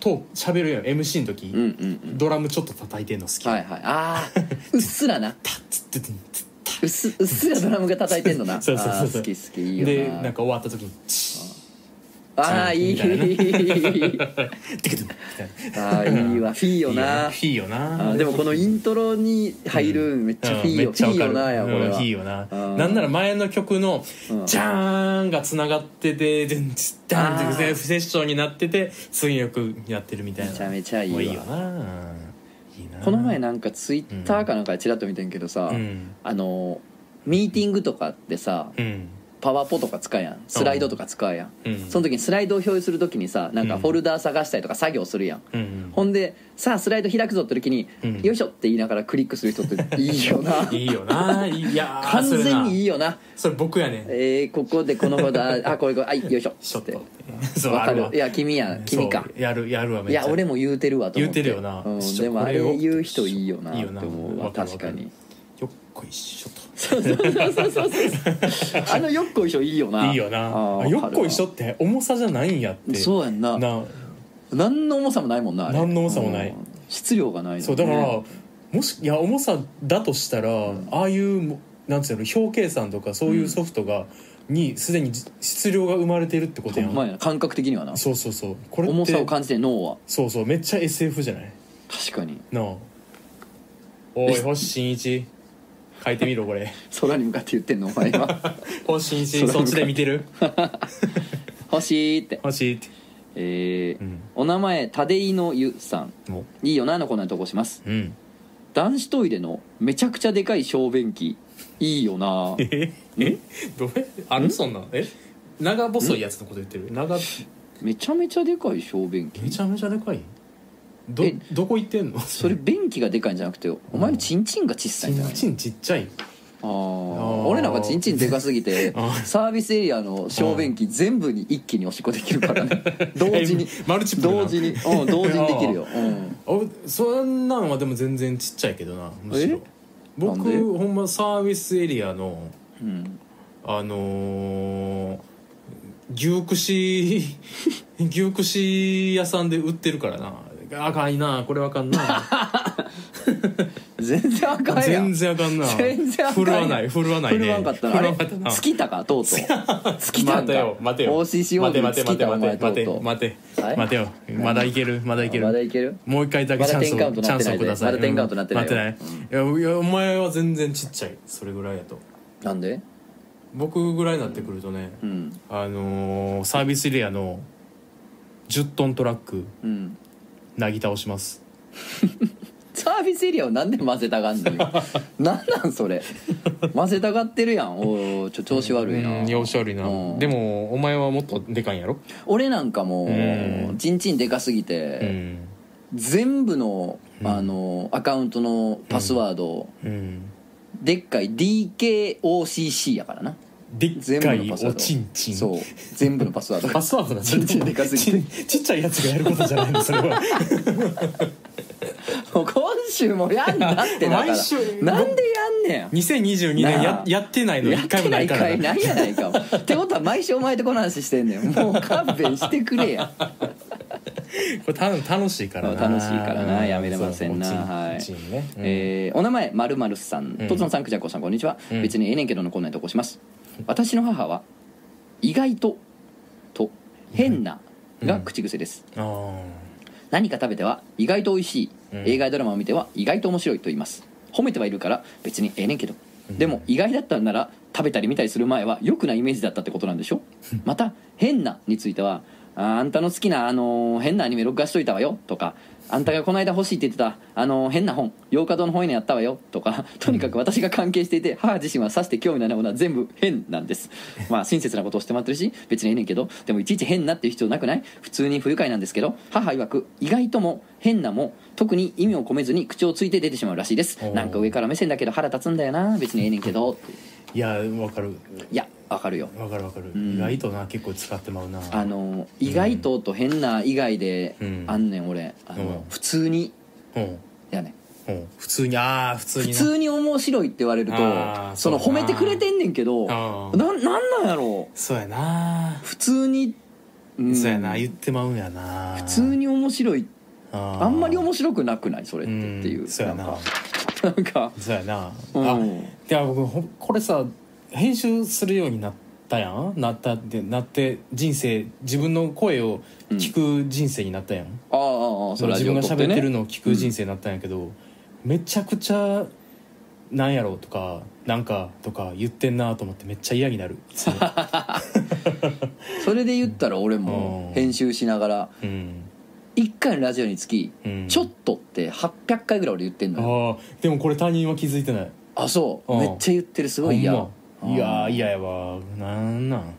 と喋るやん MC の時、
うんうん
ドラムちょっと叩いてんの好き、
はいはいああうっすらな
タッツッツッツッツ
うっすうっすらドラムが叩いてんのな
[LAUGHS] そうそうそうそう
あー好き好きいい
ッで
よな
なんか終わった時にチ
ああいい
みたいなねテ [LAUGHS] クテクみ
ああ
たいない
いわフィーよな
フィーよな
あーでもこのイントロに入るめっちゃフィー
う
よ、
んめっ
フ
ちゃ
ィーよ
わかる
なやこれ
うん
は、
フィーよな
うん
なんなら前の曲の
うん
「ジャーン」がつながってて「でんつダン」
あ
っ
ー
てセッションになってて次の曲やってるみたいな
めちゃめちゃいい
も
わ
ういいよなうんいいな
この前なんかツイッターかなんかでチラッと見てんけどさ、
うん
あのミーティングとかってさ
うん
パワポとか使うやんスライドとか使うやん、
うん
その時にスライドを表示する時にさなんかフォルダー探したりとか作業するやん、
うん
ほんでさあスライド開くぞって時に、
うん
よいしょって言いながらクリックする人っていいよな
[LAUGHS] いいよないや
[LAUGHS]
ー
完全にいい
それな
よな
それ僕やねん
えー、ここでこのフォルダーあこれこれはいよい
[LAUGHS]
しょっ
シ
つ
ョ
っ
ッ
て
ト [LAUGHS] そう
わ
あ
か
る
る
わ
いや君や君か
そうやるやるわ
い
めっちゃ
や俺も言うてるわと思って
言うてるよな
うん
一緒
でもあれ
これを
言う人いいよなっ
いい
て
よな
思うわ
わかる
確かに
よっこいしょと
あのよっこいしょいいよない
いよな
あー
よっこいしょって重さじゃないんやって
そうやんな
な
何の重さもないもんなあれ
何の重さもない
うん質量がないのね
そうだからもしいや重さだとしたら、ああいうもなんつうの表計算とかそういうソフトが、にすでに質量が生まれてるってこと
ほ
や
んま
ん
やな感覚的にはな
そうそうそうこれって
重さを感じて脳は
そうそうめっちゃ SF じゃない
確かに
なあお [LAUGHS] い星新一書いてみろこ [LAUGHS] れ
空に向かって言ってんのお前
[LAUGHS]
は
星
そ
新一
れ
そっちで見てる
欲しいって
星って
えー
うん
お名前タデイのゆさん
もう
いいよなのコーナーに投稿します
うん
男子トイレのめちゃくちゃでかい小便器いいよな
ええどれあるそんなんえ長細いやつのこと言ってる長
めちゃめちゃでかい小便器
めちゃめちゃでかいど
え
どこ行ってんのそ
それ便器がでかいんじゃなくてお前のチンチンが小さ
[LAUGHS] ち
いんじゃ
ん
ない
ちんちっちゃい
あー
ー
俺なんかチンチンでかすぎて
あー
サービスエリアの小便器全部に一気におしっこできるからね同時
[LAUGHS]
に
えマルチプルな
同時にうん同時にできるよ、うん、
おそんなんはでも全然ちっちゃいけどなむしろ
え
僕
なんで
ほんまサービスエリアの
うん
あのー、牛
[LAUGHS]
串牛串屋さんで売ってるからなあかんなこれあかんな
全然あかんやん
全然あかんな
全然あかん
振
や
る
ん
わない振るわないね
振るわんかったなあ
振る
れ
わんかったな
好きたかとうとう
[LAUGHS]
好きたん
待
か
てよ待てよ
OCC オー
待
ディ
て待て
好きた
待て
お前
待
とう
て
とう
待て
はい
待てよまだいけるまだいける
まだいける
もう一回だけ
ま
チ
だ
ャンス
10カウ
を
ント
チャ
なっ
ン
て
ス
な
を
い
ください
まだ10カウントなってないよ
うんなってないいやいやお前は全然ちっちゃいそれぐらいやと
なんで
僕ぐらいになってくるとね
うん
あのーサービスエリアの10トントラック
うん
なぎ倒します
サービスエリアをなんで混ぜたがん
[LAUGHS]
のよなんなんそれ混ぜたがってるやんおいおいちょ調子悪いな
うん容赦悪いな
うん
でもお前はもっとでかいんやろ
俺なんかも
う
うちんちんでかすぎ
う
て
ん
全部の
うん
あのアカウントのパスワード
うん
でっかい DKOCC やからな
でっ
全
か
部の
い
パスワ
お
ード
ちんちん
そう全部のパスワード
[LAUGHS] パスワードなんだ
ちんちんでかすぎて
ちちっちゃいやつがやることじゃないのそれ
[LAUGHS]
は
もう [LAUGHS] 今週もやんなってだから
毎週
なんでやんね
2022年
なあ
ややってない
ん
の
やっ
一回
て
も
な
ないいか
からい
な
ないやないかもってことは毎週お前とこの話してん
[LAUGHS]
ねんもう勘弁してくれや
これた楽しいからな
楽しいからなやめれませんな
そう
はい
おちんおちんねうん
えーお名前まるまるさん
うん
とつのさんくじゃこさんこんにちは、
うん
別にええねんけどのコーナーに投稿します私の母は意外とと変なが口癖です、
あー
何か食べては意外と美味しい、
うん
映画やドラマを見ては意外と面白いと言います褒めてはいるから別にええねんけど、でも意外だったんなら食べたり見たりする前は良くないイメージだったってことなんでし
[LAUGHS]
ょまた「変な」については「あーあんたの好きな、あのー変なアニメ録画しといたわよ」とか「あんたがこの間欲しいって言ってた、あのー変な本洋華堂の本屋にやったわよ」とかとにかく私が関係していて母自身はさして興味のないものは全部変なんですまあ親切なことをしてもらってるし別にええねんけどでもいちいち変なっていう必要なくない普通に不愉快なんですけど母曰く意外とも変なも特に意味を込めずに口をついて出てしまうらしいです
おー
なんか上から目線だけど腹立つんだよな別にええねんけどって
いやわかる
いやわかるよ
わかるわかる、
ん
意外とな結構使ってまうな
あの意外とと変な以外で
うん
あんねん俺あの、
うん
普通に
うん
やねん
うん普通にああ普通に
普
な
通に面白いって言われると
あー
その褒
そうだな
めてくれてんねんけどな
うん
なんなんやろ
そうやな
う普通に、うん
そうやな言ってまうんやな
普通に面白い
あー
あんまり面白くなくないそれってっていう
うんそうや
な
なん
かなんか
そうやな、
うん
あいや僕ほんこれさ編集するようになったったやんなったってなって人生自分の声を聞く人生になったやん、
ああああああ
その自分が喋ってるのを聞く人
生
生になったんやけど、めちゃくちゃなんやろうとかなんかとか言ってんなと思ってめっちゃ嫌に
[LAUGHS]
なるいつも
それで言ったら俺
う
も
ん
編集しながら
うん、
1回のラジオにつき
うん、
ちょっとって800回ぐらい俺言ってんのよ
ああでもこれ他人は気づいてない
あそう
うん
めっちゃ言ってるすごい嫌
ほんまいや
あー
ー嫌やわなんなん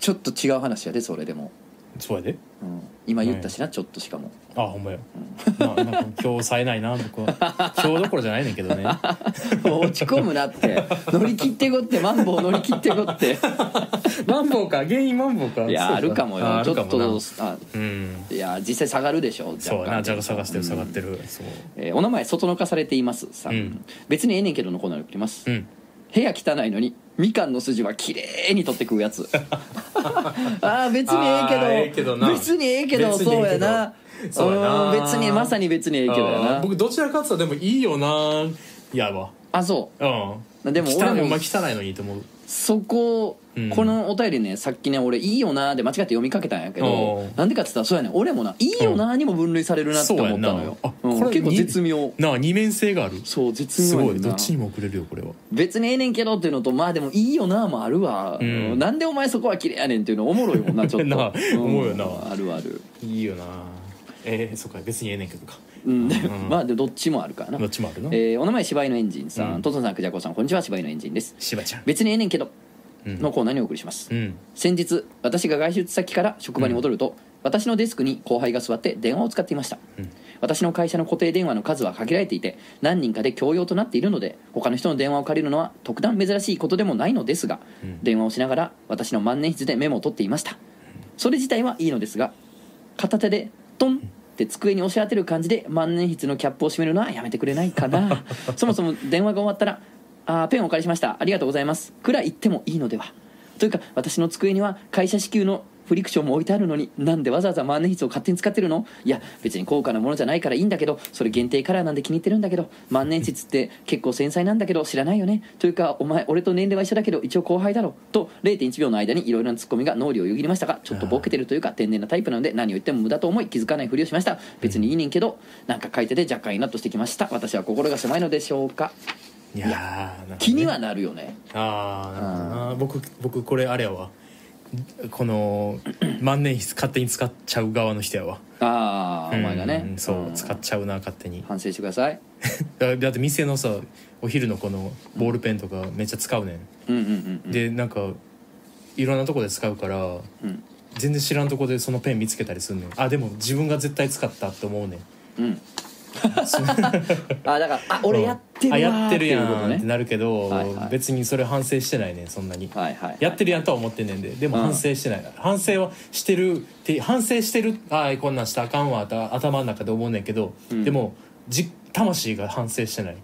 ちょっと違う話やでそれでも、
そうやで
うん、今言ったしなちょっとし
[LAUGHS]
かも
あほん
[LAUGHS]
まや、ななんか今日冴えないな僕は今日どころじゃないねんけ
[LAUGHS]
どね
落ち込むなって乗り切ってこってマンボウ乗り切ってこって
[LAUGHS] マンボウか原因マンボウか
いやあるかもよ
あ
ち
る
ょ
か
っ
もな
とあ
うん
いや実際下がるでしょ若干
そうやなじゃが探してる下がってる、そう
えーお名前外のかされていますさん、
うん
別にええねんけどのコーナーに送ります、
うん
部屋汚いのにみかんの筋は綺麗に取ってくるや
[LAUGHS]
つああ別にええけど
あーええけどな
別にええけど
別にええ
そ
けど
うやな
そうやなん
別にまさに別にええけどや
あ
な
ー僕どちらかって言ったらでもいいよなやわ
あそうなんでも
汚い
俺も
お前汚いのにと思う
そこ、
うん
このお便りねさっきね俺「いいよな」で間違って読みかけたんやけ
お
ど
う
なんでかって言ったらそうやねん俺もな「いいよな」にも分類されるなって思ったのよ、
そうやんなあ
うん
これ
結構絶妙
なあ二面性がある
そう絶
す
妙
ご
やね
い
ん
ど
な
っちにも送れるよこれは
別にええねんけどっていうのとまあでも「いいよな」もあるわ、
うん
なんでお前そこは綺麗やねんっていうのおもろいもんなちょっと
[LAUGHS] なあ
ん
思うよな
あるある、
いいよなえー、そっか別にええねんけどか
うん、で
うん
まあでどっちもあるからな
どっ、ちもあるな
えーお名前柴井のエンジンさん、
うん
トトさんクジャコさんこんにちは柴井のエンジンです
しばちゃん
別にええねんけど
うん
のコーナーにお送りします、
うん
先日私が外出先から職場に戻ると、私のデスクに後輩が座って電話を使っていました、
うん
私の会社の固定電話の数は限られていて何人かで共用となっているので他の人の電話を借りるのは特段珍しいことでもないのですが、
うん
電話をしながら私の万年筆でメモを取っていましたそれ自体はいいのですが片手でトンって机に押し当てる感じで万年筆のキャップを閉めるのはやめてくれないかなそもそも電話が終わったら「あーペンお借りしましたありがとうございます」くらい言ってもいいのではというか私の机には会社支給のフリクションも置いてあるのになんでわざわざ万年筆を勝手に使ってるのいや別に高価なものじゃないからいいんだけどそれ限定カラーなんで気に入ってるんだけど万年筆って結構繊細なんだけど知らないよねというかお前俺と年齢は一緒だけど一応後輩だろと0.1秒の間にいろいろなツッコミが脳裏をよぎりましたがちょっとボケてるというか天然なタイプなので何を言っても無駄と思い気づかないふりをしました別にいいねんけどなんか書いてて若干イラッとしてきました私は心が狭いのでしょうか
いやーなんかね
気にはなるよね
ああなるほどな僕僕これあれやわこの万年筆勝手に使っちゃう側の人やわ
ああお前がね
うんそう、
ん
使っちゃうな勝手に
反省してください
だだって店のさお昼のこのボールペンとかめっちゃ使うねん、
うんうんうんうん
でなんかいろんなとこで使うから
うん
全然知らんとこでそのペン見つけたりすんねんあでも自分が絶対使ったって思うねん [LAUGHS]
うん。あだからあ俺やってるわ
あ
ー
やってるや
っていうこと
ん
ね
ってなるけど、
はいはい
別にそれ反省してないねんそんなに、
はいはいはい。
やってるやんとは思ってんねんででも
うん
反省してない、反省はしてるって反省してるああこんなんしたらあかんわと頭の中で思うねんけど、
うん
でもじ魂が反省してない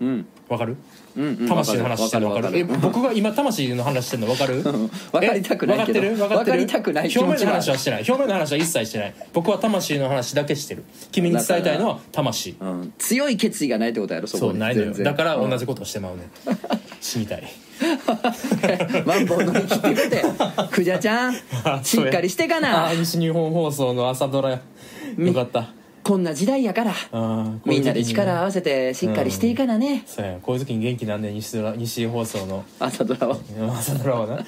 うん
わかる
うんうん。
魂の話してるの分
わ
かるえ
わかる。
僕が今魂の話してるの分
[LAUGHS]
かる
分かりたくないけど。
え分かってる分かってる
分りたくない気
表
持ち
面の
は。
話はしてない表面の話は一切してない僕は魂の話だけしてる君に伝えたいのは魂
うん、強い決意がないってことやろそこ
そう
に
ないのよ
全然
だから
うん
同じことをしてまうね
[LAUGHS]
ん死にたい [LAUGHS]
マンボウ乗り切ってくってクジャち
[LAUGHS]
ゃんしっかりしてかな
あー西日本放送の朝ドラよかった
こんな時代やから
あー
みんなで力合わせてしっかりしていかなね、
そうやこういう時に元気なんねん西ドラ西放送の [LAUGHS]
朝ドラは
うん朝ドラ
[LAUGHS]
はな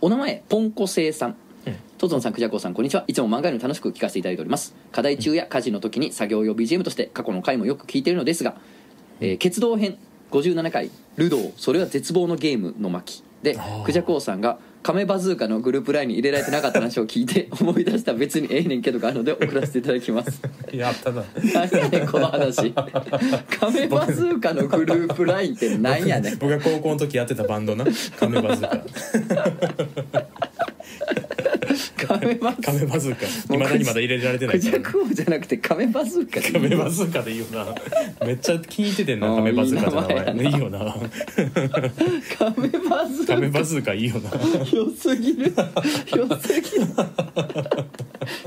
お名前ポンコセイさん、トトンさんクジャコウさんこんにちはいつも漫画より楽しく聞かせていただいております課題中や家事の時に作業用 BGM として過去の回もよく聞いているのですが「えー、鉄道編57回ルドーそれは絶望のゲームの巻」で
あー
クジャコウさんがカメバズーカのグループラインに入れられてなかった話を聞いて [LAUGHS] 思い出した別にええねんけどがあるので送らせていただきます
やったな
何やねんこの話カメバズーカのグループラインってなんやねん
僕が高校の時やってたバンドなカメバズーカ
カメバズ
カメバズーカ
もう
未だにまだ入れられてな
ク
い
ジ
か
ャ
ら
コウじゃなくてカメバズーカでいい
カメバズーカでいいよなめっちゃ気に入っててんな
うん
カメバズーカって名前
い
いいよな
カメバズ
カメバズーカいいよな
良すぎる良すぎる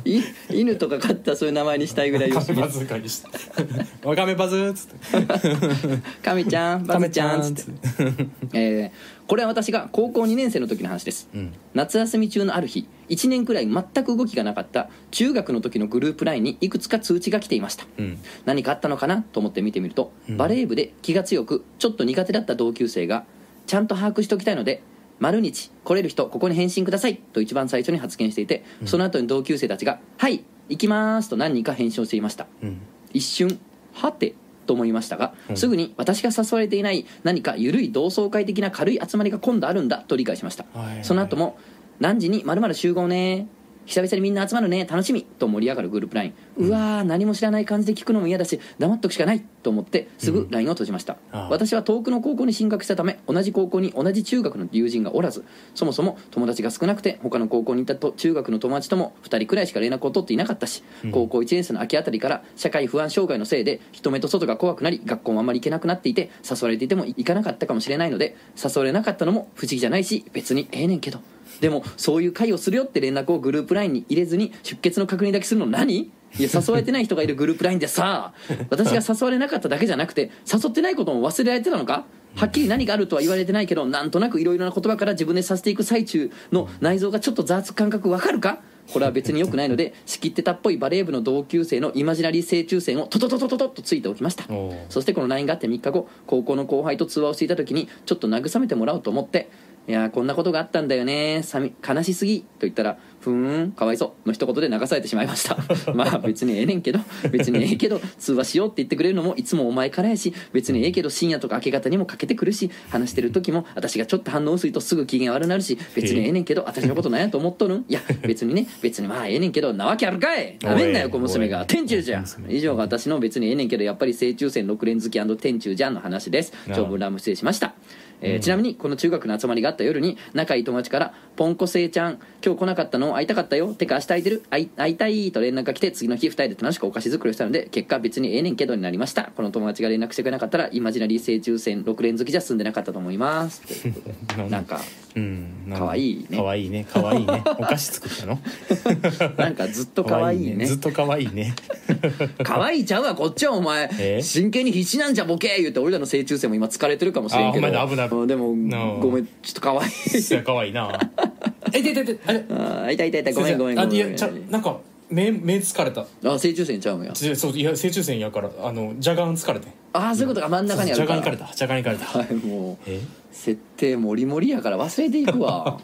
い犬とか飼ったらそういう名前にしたいぐらい良
カ
す
メ
ぎる
バズーカにした「わかめバズ」っつって
亀ちゃん
「
バズちゃん」っつってて、えーこれは私が高校2年生の時の話です
うん、
夏休み中のある日1年くらい全く動きがなかった中学の時のグループ LINE にいくつか通知が来ていました
うん、
何かあったのかなと思って見てみると、
うん
バレー部で気が強くちょっと苦手だった同級生がちゃんと把握しておきたいので「丸日来れる人ここに返信ください」と一番最初に発言していて、その後に同級生たちが「はい行きます」と何人か返信をしていました
うん、
一瞬「はて」と思いましたが、
うん
すぐに私が誘われていない何か緩い同窓会的な軽い集まりが今度あるんだと理解しました、
はいはい
その後も「何時にまる集合ね久々にみんな集まるね楽しみ」と盛り上がるグループ LINE うわー何も知らない感じで聞くのも嫌だし黙っとくしかないと思ってすぐ LINE を閉じました、
ああ
私は遠くの高校に進学したため同じ高校に同じ中学の友人がおらずそもそも友達が少なくて他の高校にいたと中学の友達とも2人くらいしか連絡を取っていなかったし、
うん
高校1年生の秋あたりから社会不安障害のせいで人目と外が怖くなり学校もあんまり行けなくなっていて誘われていても行かなかったかもしれないので誘われなかったのも不思議じゃないし別にええねんけどでもそういう会をするよって連絡をグループ LINE に入れずに出欠の確認だけするの何いや誘われてない人がいるグループ LINE でさ私が誘われなかっただけじゃなくて誘ってないことも忘れられてたのかはっきり何があるとは言われてないけどなんとなくいろいろな言葉から自分でさせていく最中の内臓がちょっとざわつく感覚わかるかこれは別に良くないので仕切ってたっぽいバレー部の同級生のイマジナリー正中線をトトトトトトとついておきました
おう
そしてこの LINE があって3日後高校の後輩と通話をしていた時にちょっと慰めてもらおうと思って「いやーこんなことがあったんだよねさみ悲しすぎ」と言ったら「ふーんかわいそう」の一言で流されてしまいました
[LAUGHS]
まあ別にええねんけど別にええけど通話しようって言ってくれるのもいつもお前からやし別にええけど深夜とか明け方にもかけてくるし話してる時も私がちょっと反応薄いとすぐ機嫌悪なるし別にええねんけど私のことなんやと思っとるんいや別にね別にまあええねんけどなわけあるかいなめんなよ小娘
お
が
い
天中じゃん以上が私の別にええねんけどやっぱり正中線6連好き天中じゃんの話です
なるほど
長文乱文失礼しました、えーちなみにこの中学の集まりがあった夜に仲いい友達から「ポンコせいちゃん今日来なかったの会いたかったよてか明日空いてる会い会いたい」と連絡が来て次の日2人で楽しくお菓子作りをしたので結果別にええねんけどになりましたこの友達が連絡してくれなかったらイマジナリー正中線6連好きじゃ済んでなかったと思いますということでなん
[LAUGHS]
か
うん、
かわいいね
かわいいねかわい
[LAUGHS]
いねお菓子作ったの
なんかずっと可愛いね
ずっとかわいいね
可愛いちゃうわこっちはお前、
え
真剣に必死なんじゃボケ言って俺らの正中線も今疲れてるかもしれんけど
あほんまや危ない
うんでも、
No
ごめんちょっと可
[LAUGHS]
愛い
いやかわいいな [LAUGHS] えいていていてあれ
あー痛い痛い痛いごめんごめんごめん
あいやちゃなんか目目疲れた
あ正中線ちゃうんや
ちそういや正中線やからあのジャガン疲れて
ああそういうことが真ん中にあ
ジ
る
ャ
か
ガ
ら
ンいかれたジャガンいかれた
はいもう
え
設定もりもりやから忘れていく
[LAUGHS]
わ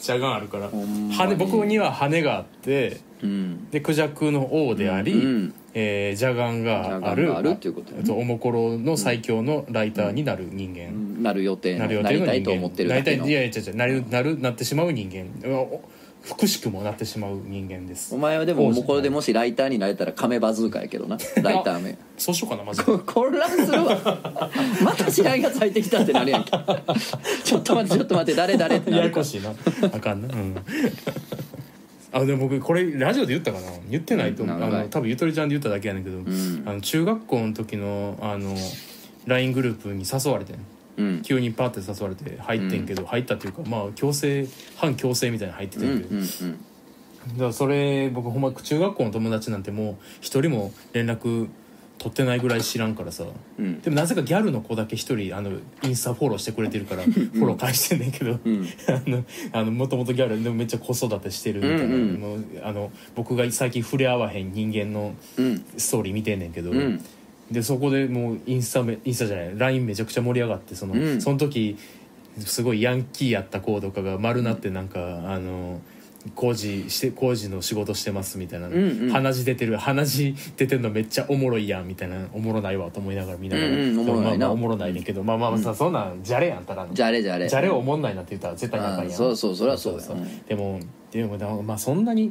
ジャガンあるから
んまに
羽僕には羽があって
うん
でクジャクの王であり、
うんうん
えージャガンがある
ジャガンがあるっていうことね
あとおもころの最強のライターになる人間、
なる予定
な
の
る予
な
定
り
の人間
たいと思ってる
な
だ
りた
け
い
の
いやいや違う違うなるなるなってしまう人間うわお福しくもなってしまう人間です
お前はでも
王子
もうこれでもしライターになれたら亀バズーカやけどなライター名
そうしようかなマジで
混乱するわ [LAUGHS] また知らんやつ入ってきたってなるや
[LAUGHS]
んけちょっと待ってちょっと待って誰誰ってなる
ややこしいなあかんなうんあでも僕これラジオで言ったかな言ってないと思う
うん
あ
長い
の多分ゆとりちゃんで言っただけやねんけど、
ん
あの中学校の時のあの LINE グループに誘われてん
うん
急にパッて誘われて入ってんけど、入ったっていうかまあ強制反強制みたいに入って
う
て
んうん
けど、
ん
だからそれ僕ほんま中学校の友達なんてもう一人も連絡取ってないぐらい知らんからさ
うんうん
でもなぜかギャルの子だけ一人あのインスタフォローしてくれて
[LAUGHS]
るからフォロー返してんねんけど、
ん
[LAUGHS] あのあのもともとギャルでもめっちゃ子育てしてるみたいな、
うんうん
もうあの僕が最近触れ合わへん人間の
うん
ストーリー見てんねんけど、
うん
でそこでもうインスタめインスタじゃない LINE めちゃくちゃ盛り上がってその,、
うん
その時すごいヤンキーやった子とかが丸なってなんか、あの工事して工事の仕事してますみたいな、
んうん
鼻血出てる鼻血出てるのめっちゃおもろいやんみたいなおもろないわと思いながら見ながら、
うんうんおもろないな
まあまあおもろないねんけどまあまあまあさ、そんなんじゃれやんただの
じゃれじゃれ
じゃれおもんないなって言ったら絶対仲い
あ
いやん
ーそうそうそりゃそうやうん
でもでもでもまあそんなに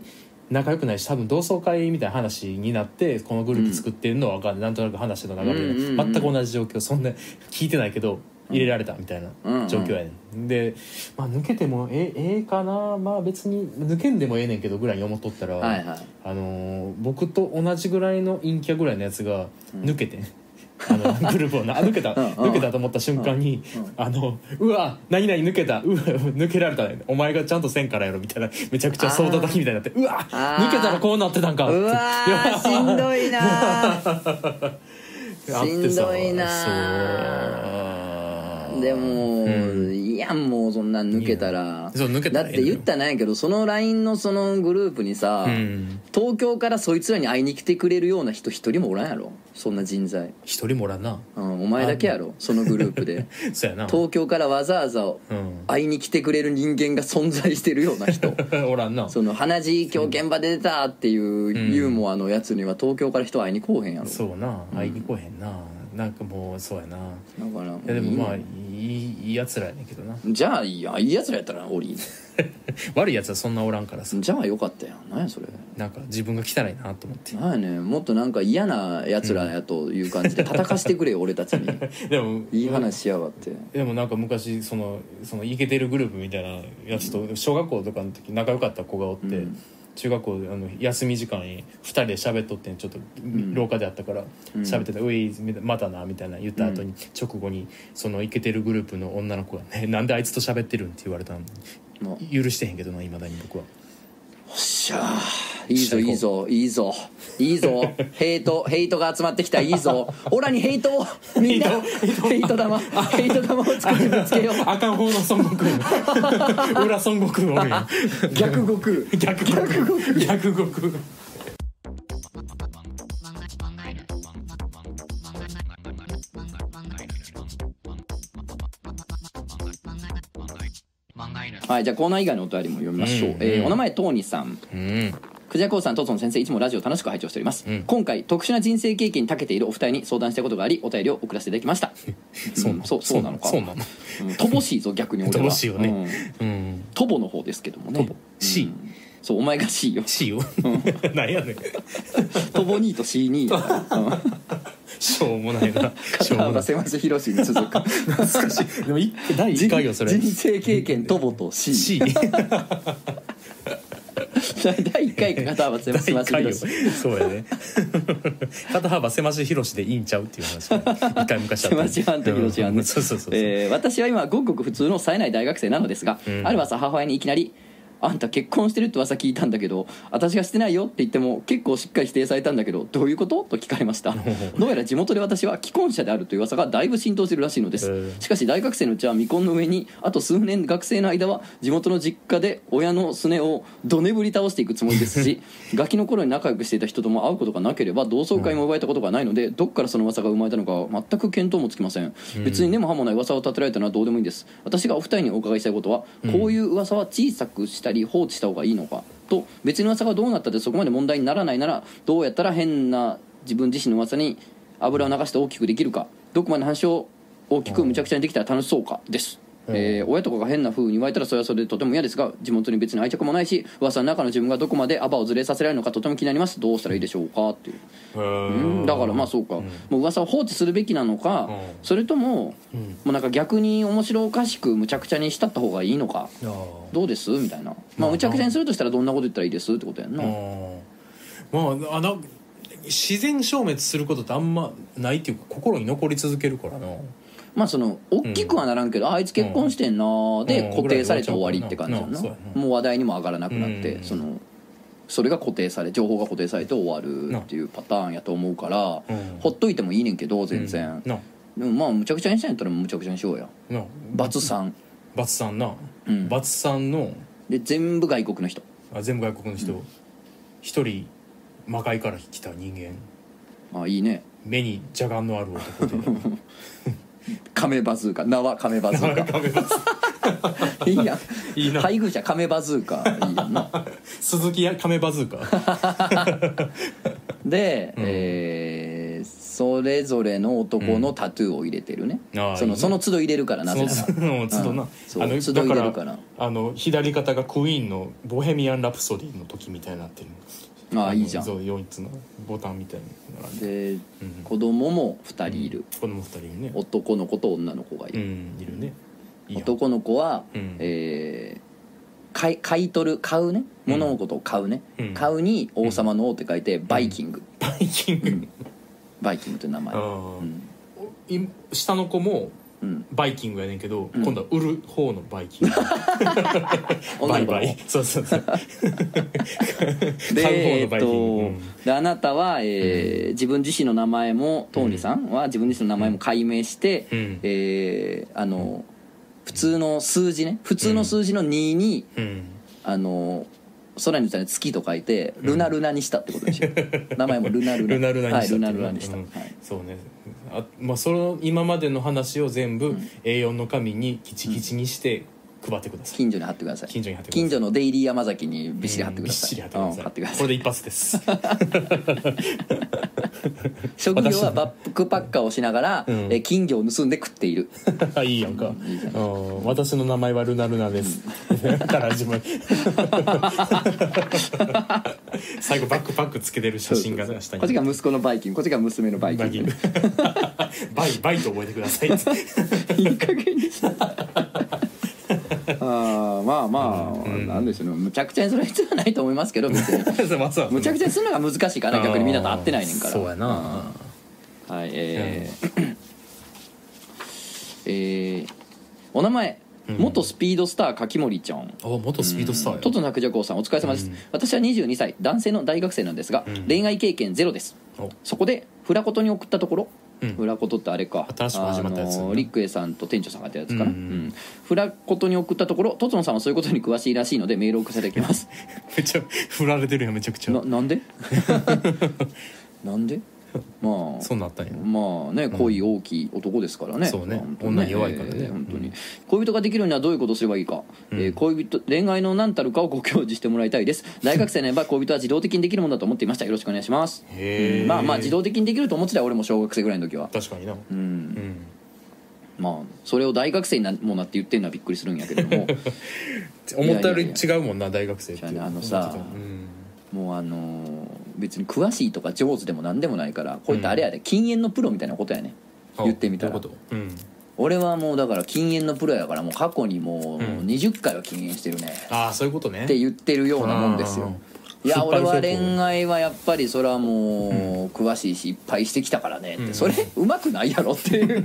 仲良くないし多分同窓会みたいな話になってこのグループ作ってるのは分かんない、なんとなく話の流れで、
うんうんうん
全く同じ状況そんな聞いてないけど入れられたみたい
うんうん
な状況やね、んで、まあ、抜けてもえええかなまあ別に抜けんでもええねんけどぐらいに思っとったら、
はいはい
あのー僕と同じぐらいの陰キャぐらいのやつが抜けて、 [LAUGHS] あのグループ
[LAUGHS]
をなあ抜けた
うんうん
抜けたと思った瞬間に「あのうわ何々抜けたうわ抜けられたねお前がちゃんとせんからやろ」みたいなめちゃくちゃ相談だきみたいになって「うわ
あー
抜けたらこうなってたんか」 [LAUGHS]
うわーしんどいなー
あってさ [LAUGHS]
しんどいな
そう
でも、
うん
いやもうそんなん抜けたら
いやそう抜けたら
だって言ったなんやけどその LINE のそのグループにさ、
うん
東京からそいつらに会いに来てくれるような人一人もおらんやろそんな人材、
一人もおらんな
うん、お前だけ
[LAUGHS]
やろそのグループで
そうやな
東京からわざわざ
うん
会いに来てくれる人間が存在してるような
[LAUGHS]
人
[LAUGHS] おらんなそ
その鼻血今日現場で出たっていうユーモアのやつには東京から人会いに来おへんやろだ
うな会いに来へんななんかもうそうやない
から
やでもまあ
いいね
いいいいやつらやねんけどな [LAUGHS]
じゃあいいやいいやつらやったらおり
悪いやつはそんなおらんからさ
じゃあよかったやん何やそれ
なんか自分が汚いなと思って
なんやねんもっとなんか嫌なやつらやという感じで叩かしてくれよ俺たち
[LAUGHS]
に
でも
いい話しやがって
でもなんか昔そのそのイケてるグループみたいなやつと小学校とかの時仲良かった子がおって、
うん
中学校あの休み時間に2人で喋っとってんちょっと廊下であったから
ん
喋ってた「ういまたな」みたいな言った後に、直後にそのイケてるグループの女の子がね「 [LAUGHS] なんであいつと喋ってるん?」って言われたの
もう
許してへんけどないまだに僕は
おっしゃーいいぞいいぞいいぞいい [LAUGHS] ぞヘイトヘイトが集まってきたいい [LAUGHS] ぞオラにヘイトをみんなヘイト玉ヘイト玉を作ってぶつけよう
赤方の孫悟空裏孫悟空おるやん
[LAUGHS] 逆悟空
逆悟空逆悟空
はいじゃあコーナー以外のお便りも読みましょう、
うん
えー
うん
お名前トーニさん
うん
クジャコウさんとつの先生いつもラジオ楽しく拝聴しております、
うん
今回特殊な人生経験に長けているお二人に相談したいことがありお便りを送らせていただきま [LAUGHS] した
そうな
うんそうそうなのか
そうなの
うん乏しいぞ逆に俺は
乏しいよね
うん
うん
トボの方ですけどもね
トボ C
うんそうお前が C [LAUGHS] よ
C をなんやねん
トボ2と C2 や [LAUGHS] からうん
しょうもないなし
片
ょうもな
岡
い
狭瀬宏に続く
懐かしいでもい第1回よそれ
人生経験トボと C,
C
第1回か片岡
第
狭瀬
1回よ
宏
そうやね肩幅狭し広しでいいんちゃうっていう話ね一回昔あった
[LAUGHS] 狭瀬半と宏は
う
ね
んそうそうそう
えー私は今ごくごく普通の冴えない大学生なのですが、
うん
ある朝母親にいきなり「あんた結婚してるって噂聞いたんだけど私がしてないよ」って言っても結構しっかり否定されたんだけど「どういうこと?」と聞かれましたどうやら地元で私は既婚者であるという噂がだいぶ浸透してるらしいのです、
へー
しかし大学生のうちは未婚の上にあと数年学生の間は地元の実家で親のすねをどねぶり倒していくつもりですしガキの頃に仲良くしていた人とも会うことがなければ同窓会も奪えたことがないので、どっからその噂が生まれたのかは全く見当もつきません、別に根も葉もない噂を立てられたのはどうでもいいんです私がお二人にお伺いしたいことは、こういう噂は小さくしたり放置した方がいいのかと別に噂がどうなったってそこまで問題にならないならどうやったら変な自分自身の噂に油を流して大きくできるかどこまで話を大きくむちゃくちゃにできたら楽しそうかです、
うん
えー親とかが変な風に言われたらそれはそれでとても嫌ですが地元に別に愛着もないし噂の中の自分がどこまでアバをずれさせられるのかとても気になりますどうしたらいいでしょうかっていううんだからまあそうか、もう噂を放置するべきなのか、
うん
それとも、
うん
もうなんか逆に面白おかしくむちゃくちゃにしたった方がいいのか
あ
どうですみたいな、
ま
ま
あ
あ、むちゃくちゃにするとしたらどんなこと言ったらいいですってことやんな、
ーまああの自然消滅することってあんまないっていうか心に残り続けるからな
まあその大きくはならんけど、ああいつ結婚してんなーで
うん
固定されて終わりって感じや
うん
な、
そうやな
もう話題にも上がらなくなって、
うん
そのそれが固定され情報が固定されて終わるっていうパターンやと思うから、
うん
ほっといてもいいねんけど全
うん
然、
な
でもまあむちゃくちゃにしたんやったらむちゃくちゃにしようや
な
バツさん
バツさんな、
うん
バツさんの
で全部外国の人
あ全部外国の人一、人魔界から来た人間
あいいね
目に邪眼のある男で
[LAUGHS] カメバズーカ名はカメバズー
中目バツ
カいいや
[LAUGHS] いいな
配偶者カメバズーカいいやんな
鈴木や亀バズーカ
で、えーそれぞれの男のタトゥーを入れてるね、
うんあー
そ
いい
の
ね
その都度入れるからなぜなら
その [LAUGHS] つどな、
うんそう都度入れるから
あの左肩がクイーンの「ボヘミアン・ラプソディ」の時みたいになってる
ああいいじゃん
そう4つのボタンみたいに並んで
で
うん
子供も2人いる、
子供2人いるね
男の子と女の子がいうる、
んいるねいいやん
男の子は、
うん
えー買い買い取る買うね物事を買うね、
うん
買うに王様の王って書いて、バイキング
バイキング
バイキングという名前、
あー
うん
い下の子も
うん
バイキングやねんけど、
うん
今度は売る方のバイキング
[LAUGHS] 女の
バ
子の
イバイそうそ
[LAUGHS]
うそう
で、え
買う
っ
方のバイキング、
とであなたは、えー自分自身の名前もトーニーさんは自分自身の名前も解明して、
うん
えーあの普通の数字ね普通の数字の2に、
うん、うん
あの空に打たら月と書いてルナルナにしたってことで
[LAUGHS]
しょ、名前もルナルナ
ルナルナに
は
したっ
い、ル
て
ナ
いう
ル
ね
ナにした、
うん
はい
そうねあ、まあ、その今までの話を全部 A4 の紙にキチキチにして配ってください、
近所に貼ってください
近所に貼ってください
近所のデイリー山崎にびっしり貼ってください、
うんびっしり貼ってくだ
う
さ
ん
い,、
貼ってくだ
こ
さ
れ
い
で一発です [LAUGHS]
職業
私
は
の
バックパッカーをしながら、
うん
えー金魚を盗んで食っている
いいやんか、
いいじゃん
うん私の名前はルナル
[LAUGHS]
ナです、から始まる最後バックパックつけてる写真が
そうそう
下
そう
に
こっちが息子のバイキングこっちが娘のバイキ
バ
ング
ギング
[LAUGHS]
バイバイと覚えてください
いい加減にしたあーまあまあ、
うん
なんでしょうねむちゃくちゃにする必要はないと思いますけど別にむちゃくちゃにするのが難しい
[LAUGHS]
から逆にみんなと合ってないねんから
そうやな
はいえーえーお名前、
うん
元スピードスター柿森ちゃん
あ元スピードスターや
トトナクジャコウさんお疲れ様です、
うん
私は22歳男性の大学生なんですが、
うん
恋愛経験ゼロです
お
そこでフラコトに送ったところ、
うん
フラコトってあれか
新しく始まったやつ
あのーリックエさんと店長さんがやったやつかな、
うん
うんフラコトに送ったところトツノさんはそういうことに詳しいらしいのでメールを送らせていただきます
めっちゃ振られてるやんめちゃくちゃ
ななん
[LAUGHS]
でなんでまあ
[LAUGHS] そんなんあったんや
まあね恋大きい男ですからね、
そうね
本当
女に弱いからね
えー本当に、
うん
恋人ができるにはどういうことをすればいいか、
うん
えー恋人恋愛の何たるかをご教示してもらいたい
[LAUGHS]
です大学生のば恋人は自動的にできるものだと思っていましたよろしくお願いします
へー
まあまあ自動的にできると思ってたよ俺も小学生ぐらいの時は
確かにな
う
うんん
まあそれを大学生になもなって言ってるのはびっくりするんやけれど
[LAUGHS]
も
思ったより違うもんな大学生って
違うねあのさ
うん
もうあのー別に詳しいとか上手でも何でもないからこういったあれやで禁煙のプロみたいなことやね言ってみたら
どういうことうん
俺はもうだから禁煙のプロやからもう過去にもう
うん
20回は禁煙してるね
ああそういうことね
って言ってるようなもんですよ
あー
いや
失敗
俺
成功
は恋愛はやっぱりそれはもう詳しいしいっぱいしてきたからねって、
うん
それうまくないやろっていう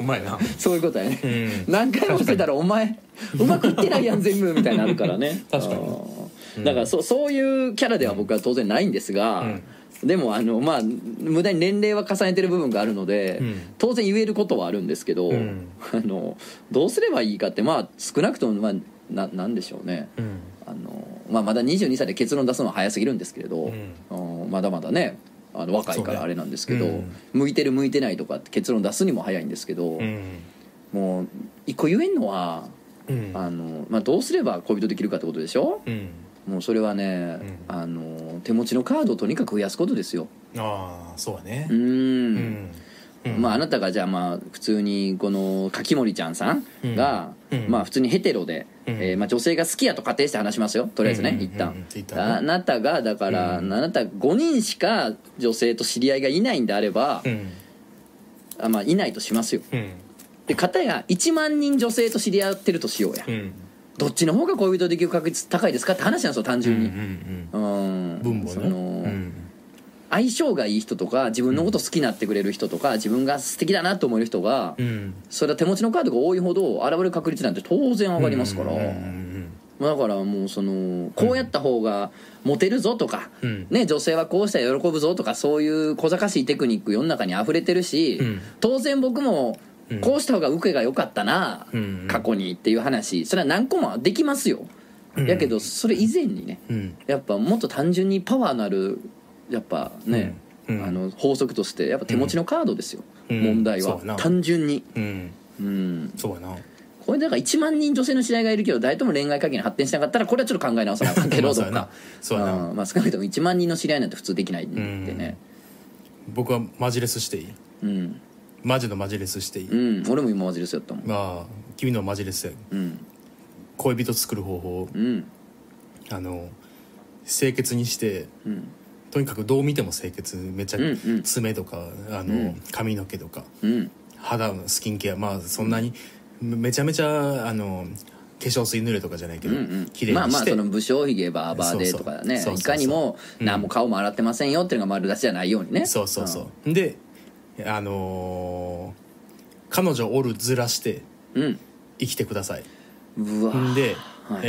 うまいな
そういうことやね、
うん
何回もしてたらお前うまくいってないやん全部みたいになるからね
確かに
あーだからそそういうキャラでは僕は当然ないんですが、でもあのまあ無駄に年齢は重ねてる部分があるので、
うん
当然言えることはあるんですけど、
うん
あのどうすればいいかってまあ少なくともまあななんでしょうね
うん
あの、まあ、まだ22歳で結論出すのは早すぎるんですけれど、
うん
うんまだまだねあの若いか
そうね
らあれなんですけど、
うん
向いてる向いてないとかって結論出すにも早いんですけど、
うん
もう一個言えんのは
うん
あの、まあ、どうすれば恋人できるかってことでしょ
うん
もうそれはね、
う
あの手持ちのカードをとにかく増やすことですよ。
ああそうだね
うー
うんんうん
まあ、あなたがじゃあまあ普通にこの柿森ちゃんさんが、
うん
まあ普通にヘテロで、
うん
えーまあ女性が好きやと仮定して話しますよとりあえずね、
うんうんうん
一旦、
一旦ね
あなたがだから、
うん
あなた5人しか女性と知り合いがいないんであれば、
うん
あまあいないとしますよ
うん
で片や1万人女性と知り合ってるとしようや、
うん
どっちの方が恋人できる確率高いですかって話なんですよ単
うんう
純に
ん
うん
うん分母
そ
ね
の、
うん
相性がいい人とか自分のこと好きになってくれる人とか自分が素敵だなと思える人が、
うん
それは手持ちのカードが多いほど現れる確率なんて当然上がりますから、
うんうん
まあだからもうそのこうやった方がモテるぞとか、
うん
ね、女性はこうしたら喜ぶぞとかそういう小賢しいテクニック世の中に溢れてるし、
うん
当然僕も
うん
こうした方が受けが良かったな、
うん
過去にっていう話それは何個もできますよ、
うん
やけどそれ以前にね
うん
やっぱもっと単純にパワーのあるやっぱね、
うんうん
あの法則としてやっぱ手持ちのカードですよ、
うん
問題は
そうやな
単純に。
うん
うん
そうやな
これだから1万人女性の知り合いがいるけど誰とも恋愛関係に発展しなかったらこれはちょっと考え直さなあかん [LAUGHS] け
ま
どど
あ [LAUGHS] そう
っ
や
か
なそうやな
うんまあ、少なくとも1万人の知り合いなんて普通できないんでね
僕はマジレスしていい
うん、
マジのマジレスしていい
うん俺も今マジですよったもん
まあ君のマジレスや
うん
恋人作る方法
うん
あの清潔にして
うん
とにかくどう見ても清潔めちゃ
うんうん
爪とかあ
う
の
ん
髪の毛とか
うん
肌のスキンケアまあそんなにめめちゃめちゃあの化粧水塗れとかじゃないけ
う
ど
んうん
綺麗
まあ
に
まあ
して
その武将ひげバーバーでとかね
そうそうそう
いかにも
うん
何も顔も洗ってませんよっていうのが丸出しじゃないようにね
そうそうそうであのー彼女おるずらして
うん
生きてください。
うわ
んで、
はい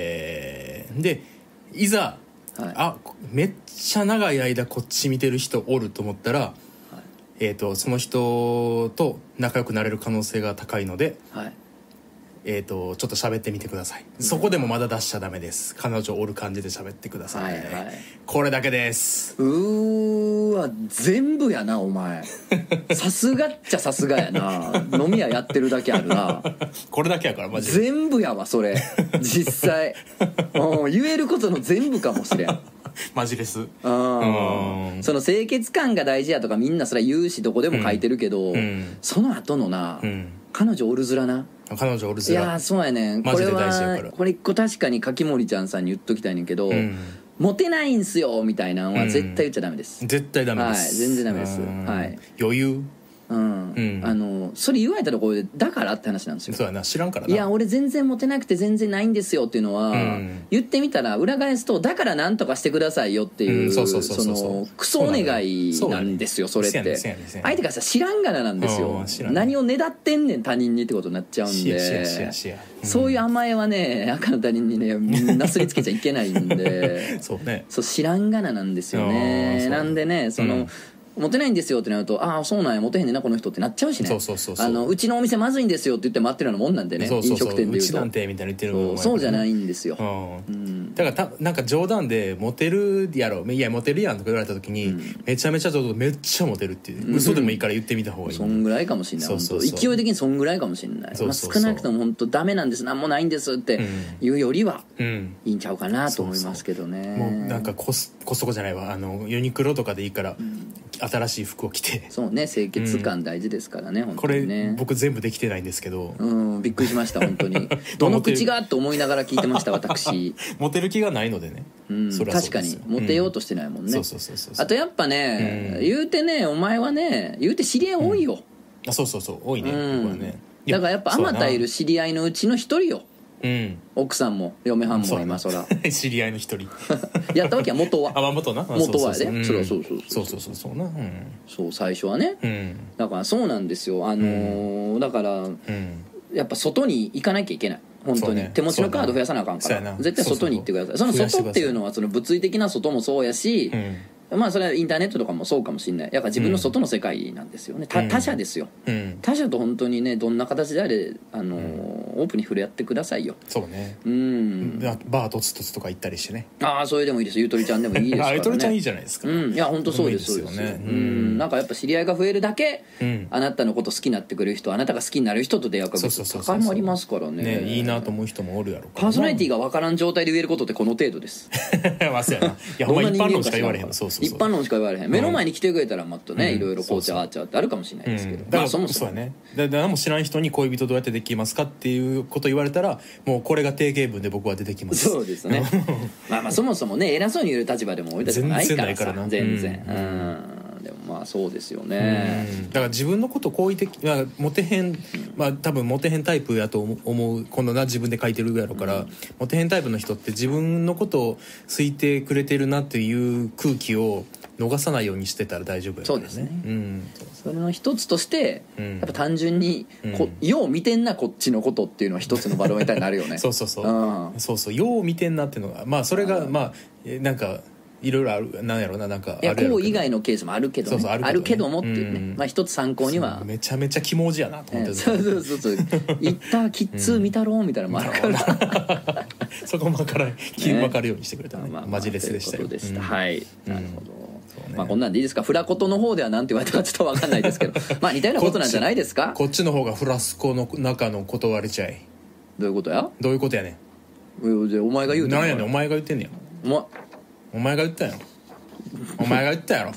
えーでいざ、
はい
あめっちゃ長い間こっち見てる人おると思ったら、えー、とその人と仲良くなれる可能性が高いので、
はい
えー、とちょっと喋ってみてください、そこでもまだ出しちゃダメです彼女おる感じで喋ってください、
はいはい
これだけです [LAUGHS]
うーわ全部やなお前さすがっちゃさすがやな飲み屋やってるだけあるな
これだけやからマジで
全部やわ
[LAUGHS]
それ実際うん言えることの全部かもしれん
マジレス
うん
うん
その清潔感が大事やとかみんなそれ言うしどこでも書いてるけど、
うん
その後のな、
うん
彼女おるずらな
彼女おる
い
ず
やー
ら
そうやねん
マ
こ
ジ
れ
で大事やから
はこれ一個確かに柿森ちゃんさんに言っときたいねんけど、
うん
モテないんすよみたいなのは絶対言っちゃダメです、
絶対ダメです、
はい全然ダメです
うん
はい
余裕
うん
うん
あのそれ言われたところでだからって話なんですよ
そうやな知らんから
い
な
や俺全然モテなくて全然ないんですよっていうのは、
うん
言ってみたら裏返すとだからなんとかしてくださいよっていう、
うん
そ
そうそうそうそうそう
のクソお願いなんですよそ
そう
れ
な
っ
んだよ
て
せやねんせやねんせやねん
相手からしたら知らんがななんです
う
よ
ん知らん
何をねだってんねん他人にってことになっちゃうん
しやしやし
で
やしや
そういう
あ
甘えはね赤の他人にねなすりつけちゃいけないん
[LAUGHS]
で
そうね
そう知らんがななんですよ
あー
ね
そう
なんでねその、モテないんですよってなるとああそうなんやモテへんねんなこの人ってなっちゃうしね
そうそうそうそう
あのうちのお店まずいんですよって言って待ってるようなもんなんでね
そうそうそう
飲食店で
う
言う
ち
と
なんてみたいな言ってるの
そ
も
うそうじゃないいんですよ、
う
うんん、
だからたなんか冗談で「モテるやろ」「いやモテるやん」とか言われた時に、めちゃめちゃちょっとめっちゃモテるっていう、嘘でもいいから言ってみた方がいい、
そんぐらいかもしれない
そう
本
そ
当
うそう
勢い的にそんぐらいかもしれない
そうそう
ま
そう
あ、少なくとも本当ダメなんですなんもないんですっていうよりは
うん
いいんちゃうかなと思いますけどね
もうなんかコスコストコじゃないわあのユニクロとかでいいから、新しい服を着て
そうね清潔感大事ですからね、本
こ
当
れ、
にね
僕全部できてないんですけど、
うんびっくりしました本
[LAUGHS]
当にどの口がと思いながら聞いてました私、
モテる気がないのでね、
うん、
そりゃそ
確
う
か
です
に
よ
モテようとしてないもん
う
ね、
んそうそうそうそう
あとやっぱね、
うん
言うてねお前はね言うて知り合い多いよ、
あそうそうそう多いね、
うん
僕はねいや
だからやっぱあまたいる知り合いのうちの一人よ
そうやな
奥さんも嫁はん
そう
も
やな
今そら
うん [LAUGHS] 知り合いの
[LAUGHS]
一人
やったわけは元
[LAUGHS]
は
あまあ元なあ
元はね
う
そりゃそうそう
そ
そうう
そうそうそうなうん
そう最初はね
うん
だからそうなんですよあのーだから
うん
やっぱ外に行かなきゃいけない本
そ
当
う
に、
ね
手持ちのカード増やさなあかんか
そうや
ら
な
絶対外に行ってください
そ
そう
そう
の外っていうのはその物理的な外もそうやし
う、ん
まあそれはインターネットとかもそうかもしれないやっぱ自分の外の世界なんですよね、
う
た
ん
他者ですよ
うん
他者と本当にねどんな形であれ、あのーオープンに触れ合ってくださいよ
そうね
うん
ババーとつとつとか行ったりしてね
ああそれでもいいですゆとりちゃんでもいいですから、
[LAUGHS] あ
ね、
ゆとりちゃんいいじゃないですか
うん、いや本当そうですそう
で
で
もいい
す
ですよね
う
うん
んなんかやっぱ知り合いが増えるだけ、
うん
あなたのこと好きになってくれる人あなたが好きになる人と出会う確
そう
率
そうそうそ
高
う
まりますからね
ねいいなと思う人もおるやろ
パーソナリティ
が
が分からん状態で言えることってこの程度です
[LAUGHS] まあそうやないやほん
ど
ま
んな
一
人間
般
か知らんか
論しか言われ
ら
へんそうそう
一
そう
般論しか言われへん目の前に来てくれたらまっとね、
うん
いろいろこうちゃああちゃあってあるかもしれないですけど、
う
ま
んだか
あ
ら
そ
そ
も
も
そ
そ
も
うやねだ何も知らん人に恋人どうやってできますかっていうこと言われたらもうこれが定型文で僕は出てきます
そうですねまあまあそもそもね偉そうに言える立場でも俺たちもないからさ全
全然ない
然
か
う、
らなん
でもまあそうですよね、
だから自分のこと好意的まあモテへん、まあ、多分モテへんタイプやと思う思うこのな自分で書いてるやろから、モテへんタイプの人って自分のことを好いてくれてるなっていう空気を逃さないようにしてたら大丈夫やからね
そうですね
うん、
それの一つとして、
うん
やっぱ単純にこ、
う
よう見てんなこっちのことっていうのは一つのバロメーターになるよね
[LAUGHS] そうそうそう、
うん
そうそうよう見てんなっていうのがまあそれがまあえなんかいろいろあるなんやろななんかあ
い
る
や
ろけど
こう以外のケースもあるけど,、ね
そうそうあ
あ
る
る
け
けど
どね
もっていうね、
うん
まあ一つ参考には、
めちゃめちゃ気持ちやなと思っ
え
て
え
る
そうそうそう
[LAUGHS]
そう「いったキッズ見たろ」みたいなのもあるから、
そこも分からん、分かるようにしてくれたね、
まあまあ
マジレスでした
とい
よ
うことでし
うん
はい、
うん
なるほど、
そうね
まあこんなんでいいですかフラコトの方ではなんて言われたかちょっとわかんないですけ
[LAUGHS]
どまあ似たようなことなんじゃないですか
こっちの方がフラスコの中の断りちゃい
どういうことや
どういうことやね
いやお前が言うんて
なんやねんお前が言ってんねや
お前
お前が言ったやろお前が言ったやろ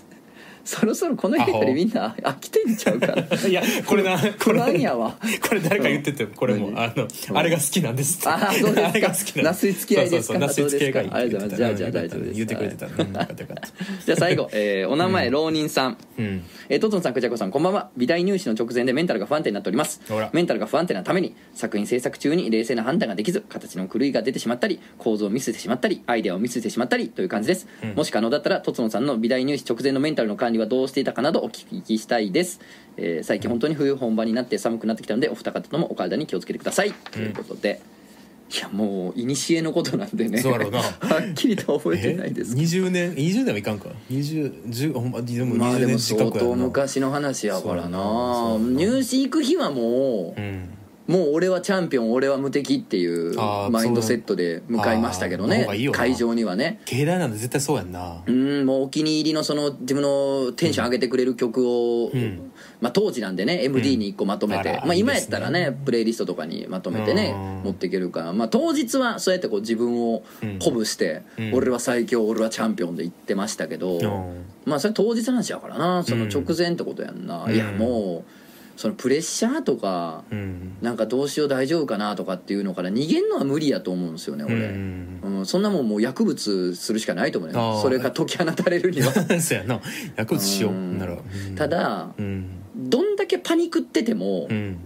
そろそろこのやりとりみんな飽きてんちゃうから
いやこれなこ
不
れ
安やわ
これ誰か言っててこれも
何
あのあれが好きなんですって
あーそうですか
あれが好きなん
なすりつき合いですか
そうそうそうなすりつき合いがいいって言
ありがとう
ってた
ございますじゃあじゃあ大丈夫です
言ってくれてたねよかったよかった
[LAUGHS] じゃあ最後、えーお名前、浪人さん
うん
えートトンさんクジャコさんこんばんは美大入試の直前でメンタルが不安定になっております
ほら
メンタルが不安定なために作品制作中に冷静な判断ができず形の狂いが出てしまったり構造をミスしてしまったりアイデアをミスしてしまったりという感じです、もし可能だったらトトンさんの美大入試直前のメンタルの管管理はどうしていたかなどお聞きしたいです、えー最近本当に冬本番になって寒くなってきたのでお二方ともお体に気をつけてください、ということでいやもういにしえのことなんでね
そうやろうな
[LAUGHS] はっきりとは覚えてないですけど
20年20年はいかんか20 10ほんまでも
まあで
20
も
年近
相
くや
当
んな、
昔の話やから
そう
な
やなそうやな
入試行く日はもう
う、ん
もう俺はチャンピオン俺は無敵っていう
あー
マインドセットで向かいましたけどね
そうあーの方がいいよな
会場にはね
芸大なんて絶対そうやんな
うんもうお気に入りのその自分のテンション上げてくれる曲を、
ん
まあ、当時なんでね MD に1個まとめて、
あら
まあ、
いい
今
で
やっ
すね
たらねプレイリストとかにまとめてね
うん
持っていけるから、まあ、当日はそうやってこう自分を鼓舞して、
うん
俺は最強俺はチャンピオンで言ってましたけど、
うん
まあそれ当日の話やからなその
うん
直前ってことやんな、
うん
いやもうそのプレッシャーとか
うん
なんかどうしよう大丈夫かなとかっていうのから逃げんのは無理やと思うんですよね
う
俺、
ん
うんそんなもんもう薬物するしかないと思うね
あー
それが解き放たれるには
そうやな薬物しようなら [LAUGHS] うん
ただ
うん
どんだけパニクってても、
うん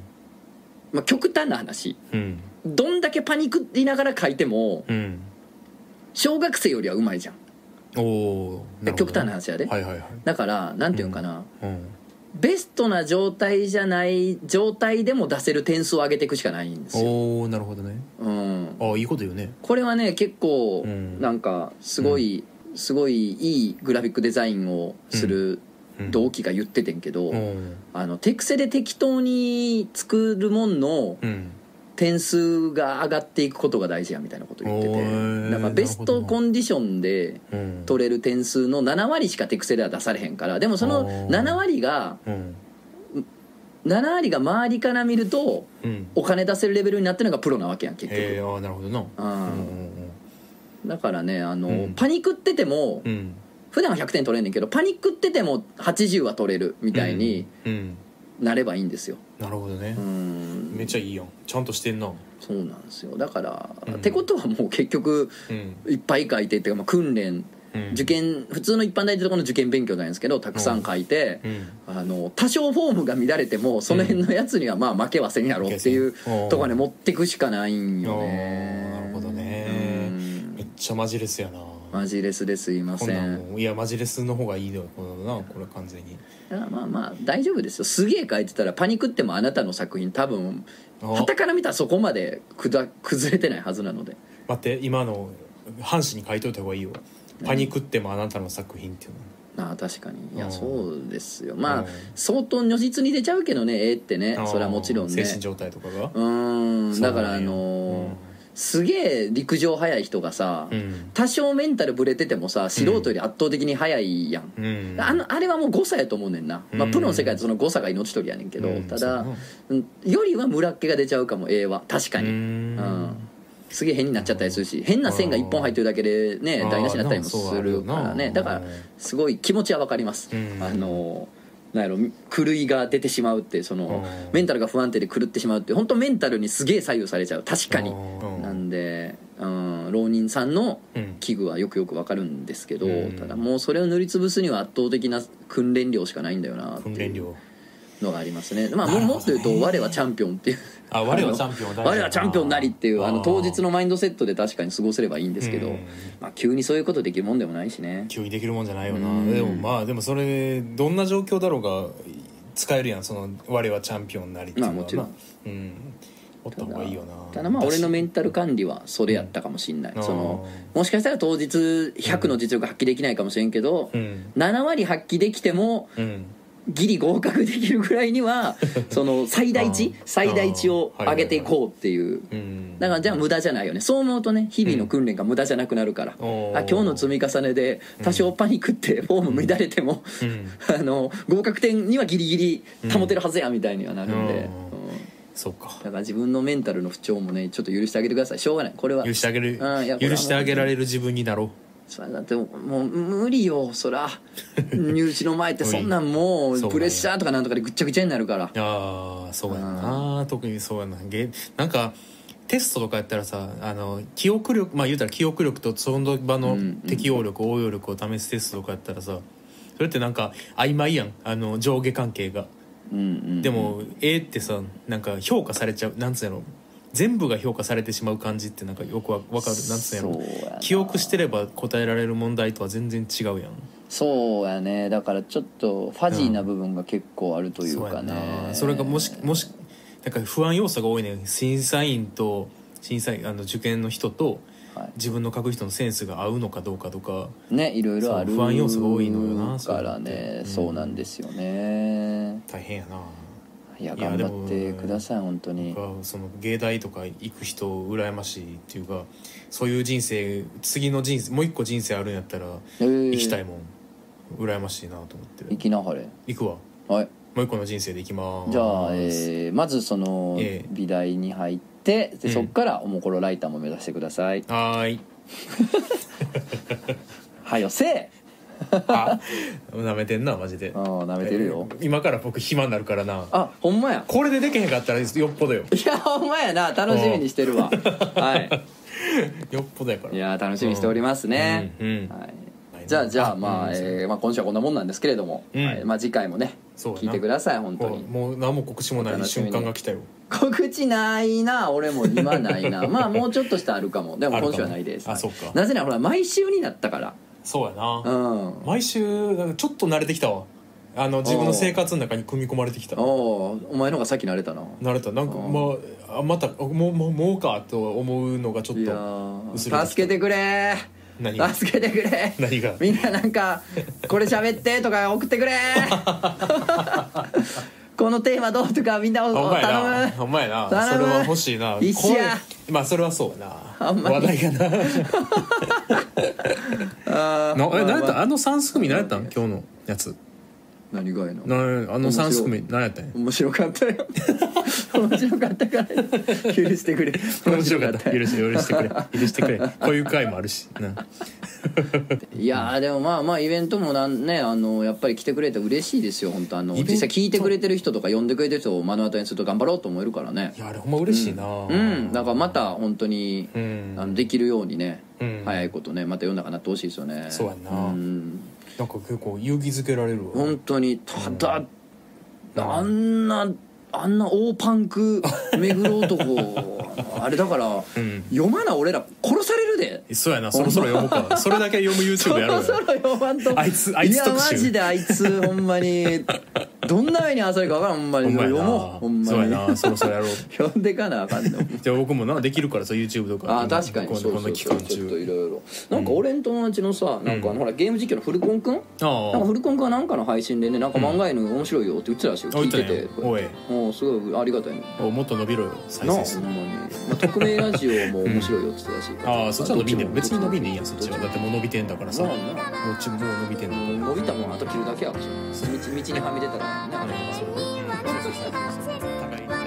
まあ、極端な話
うん
どんだけパニクっていながら書いても
うん
小学生よりはうまいじゃん
おおーるほど
極端な話やで
はいはいはい
だからなんていうんかな、
うん
ベストな状態じゃない状態でも出せる点数を上げていくしかないんですよ、
おおなるほどね
うん、
ああいいこと言うね
これはね結構
うん
なんかすごい、すごいいいグラフィックデザインをする
うん
同期が言っててんけど、
うん
あの手癖で適当に作るもんの
うん
点数が上がっていくことが大事やみたいなこと言って
お
て
ー
なんかベストコンディションで
うん
取れる点数の7割しか手癖では出されへんからでもそ
お
の
ー
7割が
うん
7割が周りから見ると
うん
お金出せるレベルになってるのがプロなわけやん結
え
局、
ーああなるほどな
あー
うんうん
だからねあの、
うん
パニックってても
うんうん
普段は100点取れんねんけどパニックってても80は取れるみたいに
うんうん
なればいいんですよ
なるほどね
うん
めっちゃいいやんちゃんとしてんな
そうなんですよだから、
うん
ってことはもう結局
うん
いっぱい書いてっていうか、まあ、訓練
うん
受験普通の一般大ってところの受験勉強なんですけどたくさん書いて、
うん
あの多少フォームが乱れてもその辺のやつにはまあ負けはせんやろっていう
うん
とこに持ってくしかないんよね
おーなるほどね
うん
めっちゃマジレスやな
マジレスですいま
こん
せ
なん
ん
もういやマジレスの方がいいよこんなのなこれ完全に
いやまあまあ大丈夫ですよすげえ書いてたらパニクってもあなたの作品多分
あ
は
待
たから見たらそこまでくだ崩れてないはずなので
って今の半紙に書いといた方がいいよパニクってもあなたの作品っていうの
なあ確かにいや
うん
そうですよま
う
あ
ん
相当如実に出ちゃうけどね絵ってねそれはもちろんね
精神状態とかが
うーんだからあのーすげえ陸上速い人がさ、
うん
多少メンタルぶれててもさ素人より圧倒的に速いやん、
うん
あのあれはもう誤差やと思うねんな、まあ、
うん
プロの世界でその誤差が命取りやねんけど、
うん
た
そう
だ
やな
うんよりは村っ気が出ちゃうかも絵は確か
う
に、
ん
うんすげえ変になっちゃったりするし変な線が1本入ってるだけでね
あー
台無しになったりもす
そうある
る
よ
か
な
らねだから
うん
すごい気持ちは分かります、
うん
あのなんやろ狂いが出てしまうってその
うん
メンタルが不安定で狂ってしまうって本当メンタルにすげえ左右されちゃう確かに
うん
なんで、うん、浪人さんの
うん
器具はよくよく分かるんですけど、
うん
ただもうそれを塗りつぶすには圧倒的な訓練量しかないんだよなって
訓
い
練
う
量
のがありますねまあも
なるほどね
もっと言うと「我はチャンピオン」っていう
あ我はチャンピオン
「我はチャンピオンなり」っていうあの当日
の
のマインドセットで確かに過ごせればいいんですけど、まあ、急にそういうことできるもんでもないしね
急にできるもんじゃないよな、
うん
でもまあでもそれどんな状況だろうが使えるやんその「我はチャンピオンなり」っていうのは
まあもちろん
なうんおった方がいいよな
ただまあ俺のメンタル管理はそれやったかもしんない、
うん
そのもしかしたら当日100の実力発揮できないかもしれんけど、
うん
7割発揮できても
うん
ギリ合格できるぐらいにはその最大
う
値
ん
最大値を上げていこうっていう
うん
だからじゃあ無駄じゃないよねそう思うとね日々の訓練が無駄じゃなくなるから、
おー
あ今日の積み重ねで多少パニックってフォーム乱れても、
うん
[LAUGHS] あの合格点にはギリギリ保てるはずやみたいにはなるんで、
う
うん
そうか
だから自分のメンタルの不調もねちょっと許してあげてくださいしょうがないこれは
許してあげる
うんいやこれは
許してあげられる自分になろ
そらだってもう無理よそ
[LAUGHS]
ら入試の前ってそんなんも
無理そ
う
うなんや
プレッシャーとかなんとかでぐっちゃぐちゃになるから
うああそうやな、特にそうやなげなんかテストとかやったらさあの記憶力まあ言うたら記憶力とその場
う
の
んうん
適応力、応用力を試すテストとかやったらさそれってなんか曖昧やんあの上下関係が。
うんうん
でも絵ってさなんか評価されちゃうなんつうやろ全部が評価されてしまう感じってなんかよくわわかるなんつうやろ
そうやな
記憶してれば答えられる問題とは全然違うやん
そうやねだからちょっとファジーな部分が結構あるというかね、
そうやなそれがもしもしなんか不安要素が多いね審査員と審査員あの受験の人と
はい
自分の書く人のセンスが合うのかどうかとか
ねいろいろある
そう不安要素が多いのよなそう
か
いうの
ら
って
ね
うん
そうなんですよね
大変やない
や
いや
頑張っ
で
て
も
ください本当に
僕はその芸大とか行く人羨ましいっていうかそういう人生次の人生もう一個人生あるんやったら行
行
きたい
も
もん、羨ましいなと思って
行きなはれ
行くわ
はい
もう一個の人生で行きます
じゃあ、えーまずその
ええ
美大に入って、で
うん
そっからおもころライターも目指してください、
はーい
はよせえ
あ舐めてんなマジで
うん舐めてるよ
今から僕暇になるからな
あほんまや
これでできへんかったらよっぽどよ
いやほんまやな楽しみにしてるわは
よっぽどやから
いいや楽しみにしておりますね、
うんうん
はいじゃあじゃあまあ、
うん
えーまあ、今週はこんなもんなんですけれども、
うん
はいまあ、次回もね
そうや
聞
ない
てください本当
こ
に
うもう何も告知もな
お
い
楽しみに
瞬間が来たよ
告知ないな俺も今ない
[LAUGHS]
なまあもうちょっとしたらあるかもでも
あるか
今
も
週はないです
あそっか
なぜならほら毎週になったから
そうや
う
なん毎週なんかちょっと慣れてきたわあの自分の生活の中に組み込まれてきた
おおーお前の方がさっき慣れたな
慣れたなんか
うん
まああまたあもうもうもうかと思うのがちょっ
いや
と薄れ
ー
てきた
助けてくれ
何
ー
が
助けてくれー
何が
みんななんか「これ喋って」とか送って
[LAUGHS]
くれーこのテーマどうとかみんなお
お前
頼
な
む
お前な
頼む
それは欲しいな
一緒や
これまあそれはそうや
ほ
な
[LAUGHS]
ん
まに
話題がな
あー
なえ何やっ
ま
た
あ
あの3すくみ何やったん今日のやつ
何がいいの
なあの3すくみ何やったんや
面白かったよ面白かった
[LAUGHS]
から許してくれ
面白かった
よ
許して許して
[LAUGHS]
くれ許してくれこういう回もあるしない
やーでもまあまあイベントもなんねあのやっぱり来てくれて嬉しいですよ本当あの
イベント
実際聞いてくれてる人とか呼んでくれてる人を目の当たりにすると頑張ろうと思えるからね
いやあれほんま嬉しいな
うんだからまた本当に、
うん
あのできるようにね、
うん
早いことねまた世の中になってほしいですよね
そうやんなんなんか結構勇気づけられるわ
本当にただ、あんなあんな大パンク目黒
[LAUGHS]
男あれだから、
ん
読まな俺ら殺されるで
そうやなそろそろ読もうかそれだけ読む YouTube やろ
[LAUGHS]
う
そろ
よ
そろ読まんと
あいつあいつ特集
やマジであいつほんまにどんな目に遭わされるか分からんほんま
ほ
に
んまや
読
な
もうほんま
そうや
に
なそろそろやろう
読んでかなあかんの
じゃ [LAUGHS] あ僕もなできるからさ YouTube とか
あー確かに
こ
そう
のこ
そ
の
う
期
そう
間
ちょっとい
中
ろいろなんか俺ん友達のさなんかあのほらゲーム実況のフルコンくんなんか
あ
フルコンがなんかの配信でねなんか漫画犬面白いよって言ってたらしいよ
あ
聞いてて
おいたんや
もうすごいありがたいね
おいおもっと伸びろよ再
なあ
生
ほ
数
んまに、まあ、匿名ラジオも面白いよって言ってたらしいか
あ
ら
あそっちは伸びんでも別に伸びんでいいやんそっちは
ど
だってもう伸びてんだから
ち
さ
もま
こ
あな
っちもう伸びてんだから
伸びたもんあと切るだけやもしれない道道にはみ出たからねあれは
そ
そ
う
うそうそう
高い